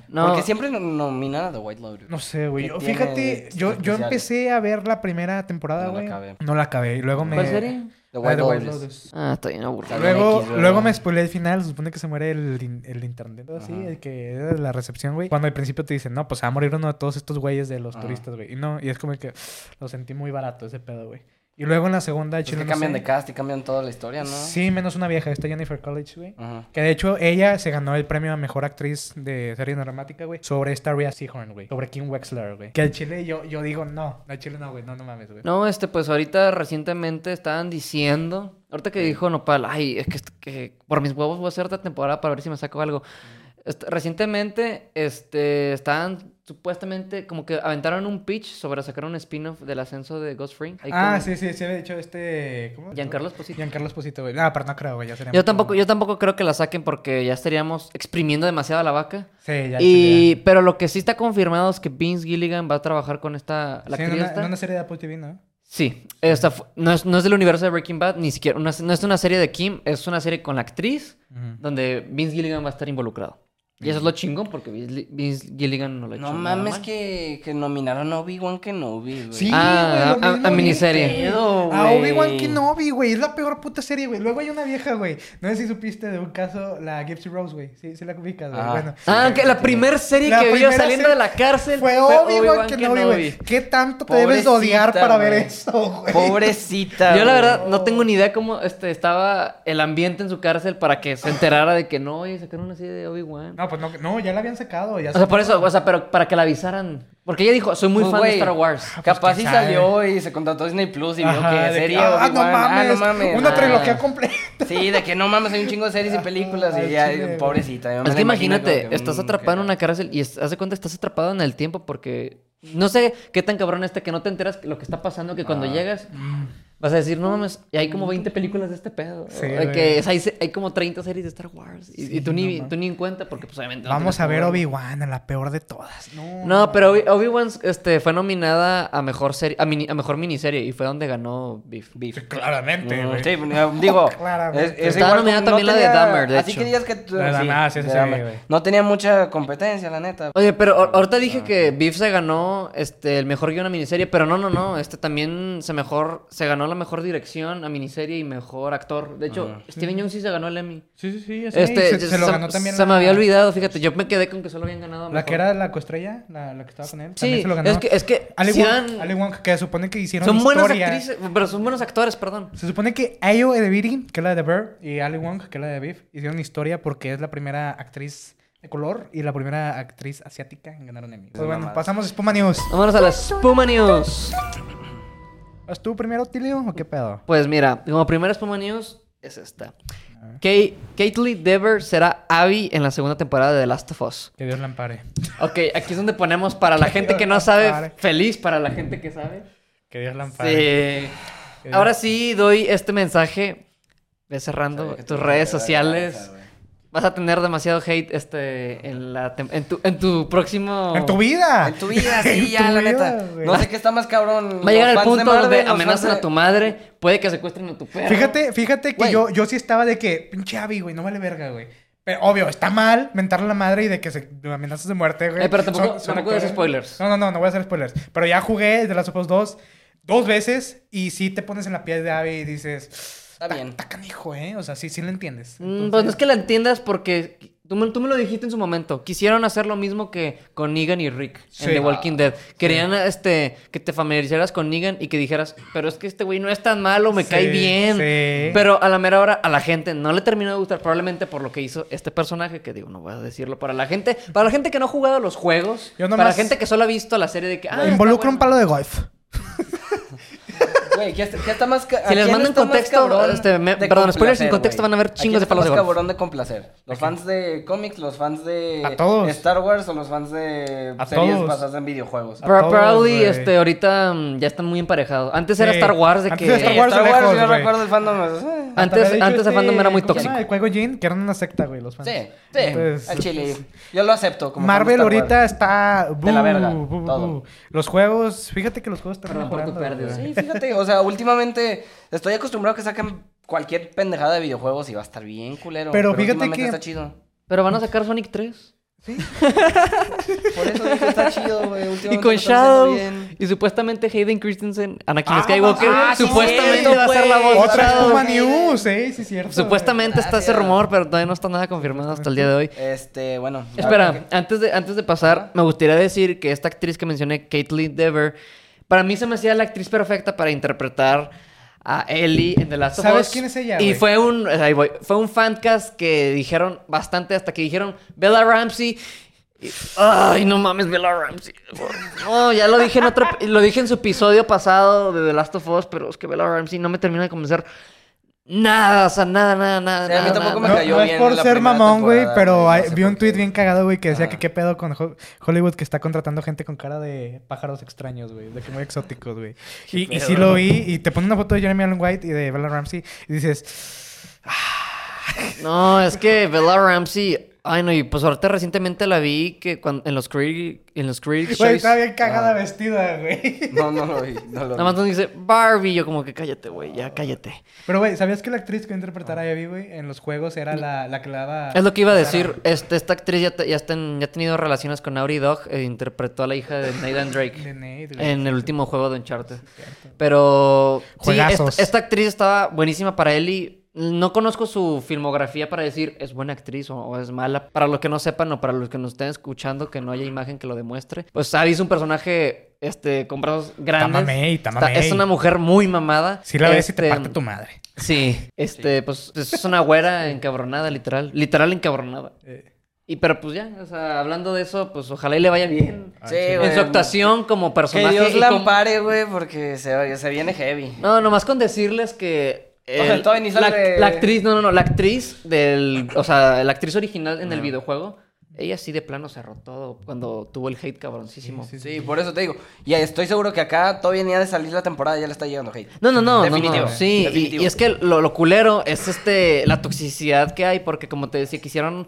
[SPEAKER 3] No,
[SPEAKER 2] Porque siempre no- nominan a The White Lotus.
[SPEAKER 1] No sé, güey.
[SPEAKER 2] ¿Qué
[SPEAKER 1] Yo-
[SPEAKER 2] tiene
[SPEAKER 1] Fíjate,
[SPEAKER 2] de
[SPEAKER 1] yo, yo
[SPEAKER 2] especial?
[SPEAKER 1] empecé a ver la primera temporada,
[SPEAKER 2] No la
[SPEAKER 1] güey.
[SPEAKER 2] acabé.
[SPEAKER 1] No la acabé. Y luego me.
[SPEAKER 3] ¿Cuál serie?
[SPEAKER 1] La
[SPEAKER 2] The White
[SPEAKER 1] de White
[SPEAKER 2] Lotus.
[SPEAKER 1] Lotus.
[SPEAKER 3] Ah, está bien aburrido.
[SPEAKER 2] Está bien
[SPEAKER 1] Luego,
[SPEAKER 2] X, güey.
[SPEAKER 1] luego me spoilé el final, se supone que se muere el, in- el internet, así,
[SPEAKER 2] Ajá.
[SPEAKER 1] el que era de la recepción, güey. Cuando al principio te dicen, no, pues se va a morir uno de todos estos güeyes de los
[SPEAKER 2] Ajá.
[SPEAKER 1] turistas, güey. Y no, y es como que lo sentí muy barato ese pedo, güey. Y luego en la segunda,
[SPEAKER 2] Es Pues que
[SPEAKER 1] chile, no
[SPEAKER 2] cambian
[SPEAKER 1] sé.
[SPEAKER 2] de cast y cambian toda la historia, ¿no?
[SPEAKER 1] Sí, menos una vieja, esta Jennifer College, güey.
[SPEAKER 2] Ajá.
[SPEAKER 1] Que de hecho ella se ganó el premio a mejor actriz de serie dramática, güey, sobre esta Rhea Seahorn, güey, sobre Kim Wexler, güey. Que al chile yo, yo digo, no, al chile no, güey, no, no mames, güey.
[SPEAKER 3] No, este, pues ahorita recientemente estaban diciendo, ahorita que dijo Nopal, ay, es que, est- que por mis huevos voy a hacer otra temporada para ver si me saco algo. Este, recientemente, este, estaban supuestamente como que aventaron un pitch sobre sacar un spin-off del ascenso de Ghost Ring. Ahí
[SPEAKER 1] ah,
[SPEAKER 3] con
[SPEAKER 1] sí, sí, sí, de hecho este... ¿Cómo?
[SPEAKER 3] Giancarlo Esposito.
[SPEAKER 1] Giancarlo Esposito, güey. Ah, pero no creo, güey, ya sería
[SPEAKER 3] Yo
[SPEAKER 1] mucho.
[SPEAKER 3] tampoco, yo tampoco creo que la saquen porque ya estaríamos exprimiendo demasiado a la vaca.
[SPEAKER 1] Sí, ya.
[SPEAKER 3] Y, pero lo que sí está confirmado es que Vince Gilligan va a trabajar con esta, la
[SPEAKER 1] La sí, en
[SPEAKER 3] actriz
[SPEAKER 1] una,
[SPEAKER 3] esta.
[SPEAKER 1] en una serie de Apple TV, ¿no?
[SPEAKER 3] Sí, esta fu- no, es, no es del universo de Breaking Bad, ni siquiera, una- no es una serie de Kim, es una serie con la actriz donde Vince Gilligan va a estar involucrado. Y eso es lo
[SPEAKER 1] Mm.
[SPEAKER 3] chingón porque Vince, Vince Gilligan no lo ha hecho
[SPEAKER 2] No
[SPEAKER 3] nada
[SPEAKER 2] mames
[SPEAKER 3] mal.
[SPEAKER 2] que, que nominaron a Obi-Wan Kenobi, güey.
[SPEAKER 1] Sí,
[SPEAKER 3] Ah,
[SPEAKER 1] güey, lo
[SPEAKER 3] a- a-
[SPEAKER 1] mismo
[SPEAKER 3] a
[SPEAKER 1] vi,
[SPEAKER 3] miniserie.
[SPEAKER 1] güey.
[SPEAKER 2] Pedo,
[SPEAKER 1] A
[SPEAKER 2] güey.
[SPEAKER 1] Obi-Wan Kenobi, güey. Es la peor puta serie, güey. Luego hay una vieja, güey. No sé si supiste de un caso, la Gypsy Rose, güey. Sí, sí la ubicas, güey.
[SPEAKER 2] Ah.
[SPEAKER 1] Bueno.
[SPEAKER 3] Ah, que la primer serie
[SPEAKER 1] La
[SPEAKER 3] que vio
[SPEAKER 1] primera
[SPEAKER 3] saliendo
[SPEAKER 1] serie
[SPEAKER 3] de la cárcel
[SPEAKER 1] Fue Obi-Wan Kenobi, güey. ¿Qué tanto te debes de odiar
[SPEAKER 2] Pobrecita,
[SPEAKER 1] para ver
[SPEAKER 2] güey.
[SPEAKER 1] eso, güey?
[SPEAKER 2] Ah, Pobrecita.
[SPEAKER 3] Yo la
[SPEAKER 2] güey.
[SPEAKER 3] verdad no tengo ni idea cómo este, estaba el ambiente en su cárcel para que se enterara de que no, oye, sacaron una serie de Obi-Wan.
[SPEAKER 1] No, pues no, no, ya la habían sacado. Ya
[SPEAKER 3] o sea, por eso, o sea, pero para que la avisaran. Porque ella dijo, soy muy
[SPEAKER 2] Pues,
[SPEAKER 3] fan de
[SPEAKER 2] güey,
[SPEAKER 3] Star Wars.
[SPEAKER 2] Capaz
[SPEAKER 1] quién
[SPEAKER 2] si
[SPEAKER 1] sabe.
[SPEAKER 2] salió y se contrató Disney Plus y
[SPEAKER 1] Ajá,
[SPEAKER 2] vio
[SPEAKER 1] de
[SPEAKER 2] que
[SPEAKER 1] que,
[SPEAKER 2] serie
[SPEAKER 1] ah, no
[SPEAKER 2] Obi-Wan.
[SPEAKER 1] mames.
[SPEAKER 2] Ah, no mames.
[SPEAKER 1] Una
[SPEAKER 2] ah.
[SPEAKER 1] trilogía completa.
[SPEAKER 2] Sí, de que no mames, hay un chingo de series y películas
[SPEAKER 1] Ay,
[SPEAKER 2] y ya,
[SPEAKER 1] chile, güey.
[SPEAKER 2] pobrecita. yo me
[SPEAKER 3] Es
[SPEAKER 2] la
[SPEAKER 3] que
[SPEAKER 2] imagino
[SPEAKER 3] imagínate,
[SPEAKER 2] como que,
[SPEAKER 3] estás
[SPEAKER 2] mm,
[SPEAKER 3] atrapado en
[SPEAKER 2] qué-
[SPEAKER 3] una cárcel y es- haz de cuenta, estás atrapado en el tiempo porque no sé qué tan cabrón este que no te enteras lo que está pasando, que
[SPEAKER 1] Ah.
[SPEAKER 3] cuando llegas vas a decir, no mames, y hay como 20 películas de este pedo.
[SPEAKER 1] Sí,
[SPEAKER 3] o de
[SPEAKER 1] güey.
[SPEAKER 3] que es- hay, se- hay como 30 series de Star Wars y, y
[SPEAKER 1] Sí,
[SPEAKER 3] tú, ni,
[SPEAKER 1] no mames.
[SPEAKER 3] tú ni en cuenta porque pues obviamente... no
[SPEAKER 1] Vamos
[SPEAKER 3] tienes
[SPEAKER 1] a ver
[SPEAKER 3] como-
[SPEAKER 1] Obi-Wan, a la peor de todas. No,
[SPEAKER 3] No, pero Obi- Obi-Wan este, fue nominada a mejor, serie, a, mini- a mejor miniserie y fue donde ganó Beef.
[SPEAKER 1] Sí, Claramente,
[SPEAKER 2] Mm,
[SPEAKER 1] güey.
[SPEAKER 2] sí, eh, digo,
[SPEAKER 1] Claramente.
[SPEAKER 2] es, es
[SPEAKER 3] Estaba
[SPEAKER 2] igual
[SPEAKER 3] nominada
[SPEAKER 2] como-
[SPEAKER 3] también la de Dahmer, de
[SPEAKER 2] así
[SPEAKER 3] hecho.
[SPEAKER 2] que digas que tú-
[SPEAKER 1] La de Dahmer, sí,
[SPEAKER 2] de
[SPEAKER 1] sí, sí,
[SPEAKER 2] Dahmer.
[SPEAKER 1] güey.
[SPEAKER 2] no tenía mucha competencia, la neta.
[SPEAKER 3] Oye, pero ahor- ahorita dije que Beef se ganó este, el mejor guión a miniserie, pero no, no, no. Este también se mejor se ganó la mejor dirección a miniserie y mejor actor. De hecho, Steven Yeun sí se ganó el Emmy.
[SPEAKER 1] Sí, sí, sí. ese-
[SPEAKER 3] Este,
[SPEAKER 1] se, se lo ganó también.
[SPEAKER 3] se me había olvidado, fíjate. Yo me quedé con que solo habían ganado.
[SPEAKER 1] La
[SPEAKER 3] mejor.
[SPEAKER 1] que era la coestrella, la, la que estaba con él.
[SPEAKER 3] Sí,
[SPEAKER 1] también se lo ganó.
[SPEAKER 3] es que, es que
[SPEAKER 1] Ali,
[SPEAKER 3] sí
[SPEAKER 1] Wong,
[SPEAKER 3] dan-
[SPEAKER 1] Ali Wong, que supone que hicieron
[SPEAKER 3] son buenas
[SPEAKER 1] historia.
[SPEAKER 3] actrices, pero son buenos actores, perdón.
[SPEAKER 1] Se supone que Ayo Edebiri, que es la de Bird, y Ali Wong, que es la de Beef, hicieron historia porque es la primera actriz de color y la primera actriz asiática en ganar un Emmy. Pues bueno,
[SPEAKER 2] mamada.
[SPEAKER 1] pasamos a Spuma News.
[SPEAKER 3] Vámonos a la Spuma News.
[SPEAKER 1] ¿Vas tú primero, Tilio, o qué pedo?
[SPEAKER 3] Pues mira, como primera Spuma News es esta. Kate, Caitlyn Dever será Abby en la segunda temporada de The Last of Us.
[SPEAKER 1] Que Dios la ampare.
[SPEAKER 3] Ok, aquí es donde ponemos para la gente que no sabe, feliz para la gente que sabe.
[SPEAKER 1] Que Dios la ampare.
[SPEAKER 3] Sí. Ahora sí doy este mensaje. Ve cerrando tus redes sociales. Vas a tener demasiado hate este, en, la tem- en, tu, en tu próximo...
[SPEAKER 1] ¡En tu vida!
[SPEAKER 2] En tu vida, sí,
[SPEAKER 1] En
[SPEAKER 2] ya,
[SPEAKER 1] tu
[SPEAKER 2] la
[SPEAKER 1] vida,
[SPEAKER 2] neta.
[SPEAKER 1] güey.
[SPEAKER 2] No sé qué está más cabrón.
[SPEAKER 3] Va a llegar
[SPEAKER 2] los
[SPEAKER 3] el
[SPEAKER 2] fans de
[SPEAKER 3] punto donde
[SPEAKER 2] Marvel, los
[SPEAKER 3] amenazan
[SPEAKER 2] fans
[SPEAKER 3] a tu madre, puede que secuestren a tu perro.
[SPEAKER 1] Fíjate, fíjate que
[SPEAKER 3] Güey.
[SPEAKER 1] yo, yo sí estaba de que, pinche Abby, güey, no vale verga, güey. Pero obvio, está mal mentarle a la madre y de que se de amenazas de muerte, güey.
[SPEAKER 3] Eh, pero tampoco- tampoco
[SPEAKER 1] actores.
[SPEAKER 3] des spoilers.
[SPEAKER 1] No, no, no, no voy a hacer spoilers. Pero ya jugué de las Us 2 dos veces y sí te pones en la piel de Abby y dices,
[SPEAKER 2] Está bien.
[SPEAKER 1] está canijo, ¿eh? O sea, sí, sí lo entiendes.
[SPEAKER 3] Mm, Pues no es que la entiendas porque tú me, tú me lo dijiste en su momento. Quisieron hacer lo mismo que con Negan y Rick
[SPEAKER 1] Sí.
[SPEAKER 3] en The Walking Dead. Querían este, que te familiarizaras con Negan y que dijeras, pero es que este güey no es tan malo, me
[SPEAKER 1] Sí,
[SPEAKER 3] cae bien.
[SPEAKER 1] sí.
[SPEAKER 3] Pero a la mera hora a la gente no le terminó de gustar, probablemente por lo que hizo este personaje, que digo, no voy a decirlo para la gente. Para la gente que no ha jugado a los juegos,
[SPEAKER 1] Yo
[SPEAKER 3] para la
[SPEAKER 1] nomás-
[SPEAKER 3] gente que solo ha visto la serie de que... Ah,
[SPEAKER 1] Involucra
[SPEAKER 3] está
[SPEAKER 1] un
[SPEAKER 3] bueno".
[SPEAKER 1] palo de golf.
[SPEAKER 2] Güey, ¿qué está, qué está más ca-
[SPEAKER 3] Si
[SPEAKER 2] a
[SPEAKER 3] les
[SPEAKER 2] quién
[SPEAKER 3] mando en
[SPEAKER 2] está más
[SPEAKER 3] contexto,
[SPEAKER 2] cabrón
[SPEAKER 3] este, me-
[SPEAKER 2] de
[SPEAKER 3] perdón, spoilers sin
[SPEAKER 2] complacer,
[SPEAKER 3] contexto,
[SPEAKER 2] güey?
[SPEAKER 3] van a ver
[SPEAKER 2] ¿A
[SPEAKER 3] chingos
[SPEAKER 2] quién
[SPEAKER 3] de
[SPEAKER 2] está
[SPEAKER 3] palos de
[SPEAKER 2] más
[SPEAKER 3] golf.
[SPEAKER 2] cabrón de complacer? ¿Los fans de cómics, los fans de
[SPEAKER 1] A todos.
[SPEAKER 2] Star Wars o los fans de
[SPEAKER 1] A
[SPEAKER 2] series
[SPEAKER 1] todos.
[SPEAKER 2] basadas en videojuegos?
[SPEAKER 1] A
[SPEAKER 3] Pro-
[SPEAKER 1] todos,
[SPEAKER 3] Probably,
[SPEAKER 1] güey.
[SPEAKER 3] este, ahorita mm, ya están muy emparejados. Antes era
[SPEAKER 1] Sí.
[SPEAKER 3] Star Wars de
[SPEAKER 1] Antes
[SPEAKER 3] que...
[SPEAKER 1] era Star Wars.
[SPEAKER 2] Star Wars,
[SPEAKER 1] lejos,
[SPEAKER 2] yo
[SPEAKER 1] güey. Pues,
[SPEAKER 2] recuerdo el fandom. eh,
[SPEAKER 3] Antes-
[SPEAKER 1] Hasta había dicho este,
[SPEAKER 3] antes el fandom era muy
[SPEAKER 1] ¿cómo se
[SPEAKER 3] tóxico.
[SPEAKER 1] llama? El juego Jin, que eran una secta, güey, los fans.
[SPEAKER 2] Sí, sí,
[SPEAKER 1] Entonces,
[SPEAKER 2] al chile. Yo lo acepto.
[SPEAKER 1] pues,
[SPEAKER 2] Como
[SPEAKER 1] Marvel
[SPEAKER 2] fan de Star
[SPEAKER 1] ahorita está...
[SPEAKER 2] De la verga,
[SPEAKER 1] bu, bu, bu.
[SPEAKER 2] todo.
[SPEAKER 1] Los juegos... Fíjate que los juegos están
[SPEAKER 3] Perdón por tu
[SPEAKER 1] mejorando,
[SPEAKER 3] pérdida.
[SPEAKER 1] güey.
[SPEAKER 2] Wars. Sí, fíjate, o sea, últimamente estoy acostumbrado a que saquen cualquier pendejada de videojuegos y va a estar bien culero.
[SPEAKER 1] Pero fíjate
[SPEAKER 2] últimamente
[SPEAKER 1] que-
[SPEAKER 2] está chido.
[SPEAKER 3] Pero van a sacar Sonic 3.
[SPEAKER 2] Por eso dije, está chido, güey. últimamente
[SPEAKER 3] Y con
[SPEAKER 2] lo están haciendo
[SPEAKER 3] Shadow.
[SPEAKER 2] bien.
[SPEAKER 3] Y supuestamente Hayden Christensen, Anakin
[SPEAKER 1] Ah,
[SPEAKER 3] Skywalker,
[SPEAKER 1] ah, sí,
[SPEAKER 3] supuestamente
[SPEAKER 1] cierto,
[SPEAKER 3] va a ser la
[SPEAKER 2] güey.
[SPEAKER 3] voz. de
[SPEAKER 1] Otra
[SPEAKER 3] Shadow.
[SPEAKER 1] Spuma News, eh, sí, cierto.
[SPEAKER 3] Supuestamente está ese
[SPEAKER 2] Gracias.
[SPEAKER 3] rumor, pero todavía no está nada confirmado hasta el día de hoy.
[SPEAKER 2] Este, bueno.
[SPEAKER 1] Ah,
[SPEAKER 3] Espera, antes de, antes de pasar, me gustaría decir que esta actriz que mencioné, Caitlyn Dever, Para mí se me hacía la actriz perfecta para interpretar a Ellie en The Last of
[SPEAKER 1] ¿Sabes
[SPEAKER 3] Us.
[SPEAKER 1] quién es ella,
[SPEAKER 3] Y
[SPEAKER 1] güey?
[SPEAKER 3] fue un, ahí voy, fue un fancast que dijeron bastante hasta que dijeron Bella Ramsey. Y- Ay, no mames, Bella Ramsey. No, ya lo dije en otro, lo dije en su episodio pasado de The Last of Us, pero es que Bella Ramsey no me termina de convencer nada, o sea, nada, nada, nada.
[SPEAKER 2] Sí, a mí
[SPEAKER 3] nada,
[SPEAKER 2] tampoco
[SPEAKER 3] nada,
[SPEAKER 1] No,
[SPEAKER 2] me
[SPEAKER 3] nada.
[SPEAKER 2] cayó
[SPEAKER 1] no es
[SPEAKER 2] bien
[SPEAKER 1] por
[SPEAKER 2] la
[SPEAKER 1] ser
[SPEAKER 2] primera
[SPEAKER 1] mamón, güey,
[SPEAKER 2] temporada,
[SPEAKER 1] pero
[SPEAKER 2] güey,
[SPEAKER 1] hay-
[SPEAKER 2] no sé
[SPEAKER 1] vi un
[SPEAKER 2] por qué.
[SPEAKER 1] tweet bien cagado, güey, que decía que
[SPEAKER 2] Ah.
[SPEAKER 1] qué pedo con Ho- Hollywood que está contratando gente con cara de pájaros extraños, güey, de que muy exóticos, güey. Y, y sí lo vi, y te pone una foto de Jeremy Allen White y de Bella Ramsey, y dices,
[SPEAKER 3] No, es que Bella Ramsey. Ay, no, y pues ahorita recientemente la vi que cuando, en los Creed. En los Creed
[SPEAKER 1] güey,
[SPEAKER 3] shows,
[SPEAKER 1] está bien cagada
[SPEAKER 2] Ah.
[SPEAKER 1] vestida, güey.
[SPEAKER 2] No, no lo vi. No lo
[SPEAKER 3] Nada más
[SPEAKER 2] vi.
[SPEAKER 3] nos dice Barbie. Yo, como que cállate, güey, ya cállate.
[SPEAKER 1] Pero, güey, ¿sabías que la actriz que interpretara
[SPEAKER 2] Ah.
[SPEAKER 1] a Abby, güey, en los juegos era la, la que le daba...
[SPEAKER 3] Es lo que iba a decir. Este, esta actriz ya, te- ya, está en- ya ha tenido relaciones con Naughty Dog. e interpretó a la hija de
[SPEAKER 1] De
[SPEAKER 3] Nathan Drake
[SPEAKER 1] Nate, güey.
[SPEAKER 3] en el último juego de Uncharted. Pero. sí, esta,
[SPEAKER 1] Juegazos.
[SPEAKER 3] esta actriz estaba buenísima para él y. No conozco su filmografía para decir es buena actriz o, o es mala. Para los que no sepan o para los que nos estén escuchando que no haya imagen que lo demuestre. Pues Abby es un personaje este, con brazos grandes.
[SPEAKER 1] mamey, está
[SPEAKER 3] Está- Es
[SPEAKER 1] mamey.
[SPEAKER 3] una mujer muy mamada.
[SPEAKER 1] Sí la ves y te
[SPEAKER 3] Este,
[SPEAKER 1] parte tu madre.
[SPEAKER 3] Sí, este, pues es una güera encabronada, literal. Literal encabronada.
[SPEAKER 1] Eh,
[SPEAKER 3] Y pero pues ya, o sea, hablando de eso, pues ojalá y le vaya bien.
[SPEAKER 1] Ah,
[SPEAKER 2] Sí,
[SPEAKER 1] sí.
[SPEAKER 2] güey,
[SPEAKER 3] en su actuación como
[SPEAKER 2] Que
[SPEAKER 3] personaje.
[SPEAKER 2] Dios
[SPEAKER 3] y
[SPEAKER 2] la
[SPEAKER 3] como-
[SPEAKER 2] ampare, güey, porque se, se viene heavy.
[SPEAKER 3] No, nomás con decirles que.
[SPEAKER 2] O sea,
[SPEAKER 3] el-
[SPEAKER 2] todavía ni
[SPEAKER 3] la,
[SPEAKER 2] sale-
[SPEAKER 3] la actriz, no, no, no, la actriz del. O sea, la actriz original en el videojuego, ella sí de plano cerró todo cuando tuvo el hate cabroncísimo.
[SPEAKER 1] Sí, sí,
[SPEAKER 2] Sí, por eso te digo. Y estoy seguro que acá todavía ni ha de salir la temporada, ya le está llegando hate.
[SPEAKER 3] No, no, no, no,
[SPEAKER 2] Definitivo,
[SPEAKER 3] no, Sí, y,
[SPEAKER 2] definitivo.
[SPEAKER 3] y es que lo, lo culero es este la toxicidad que hay, porque como te decía, quisieron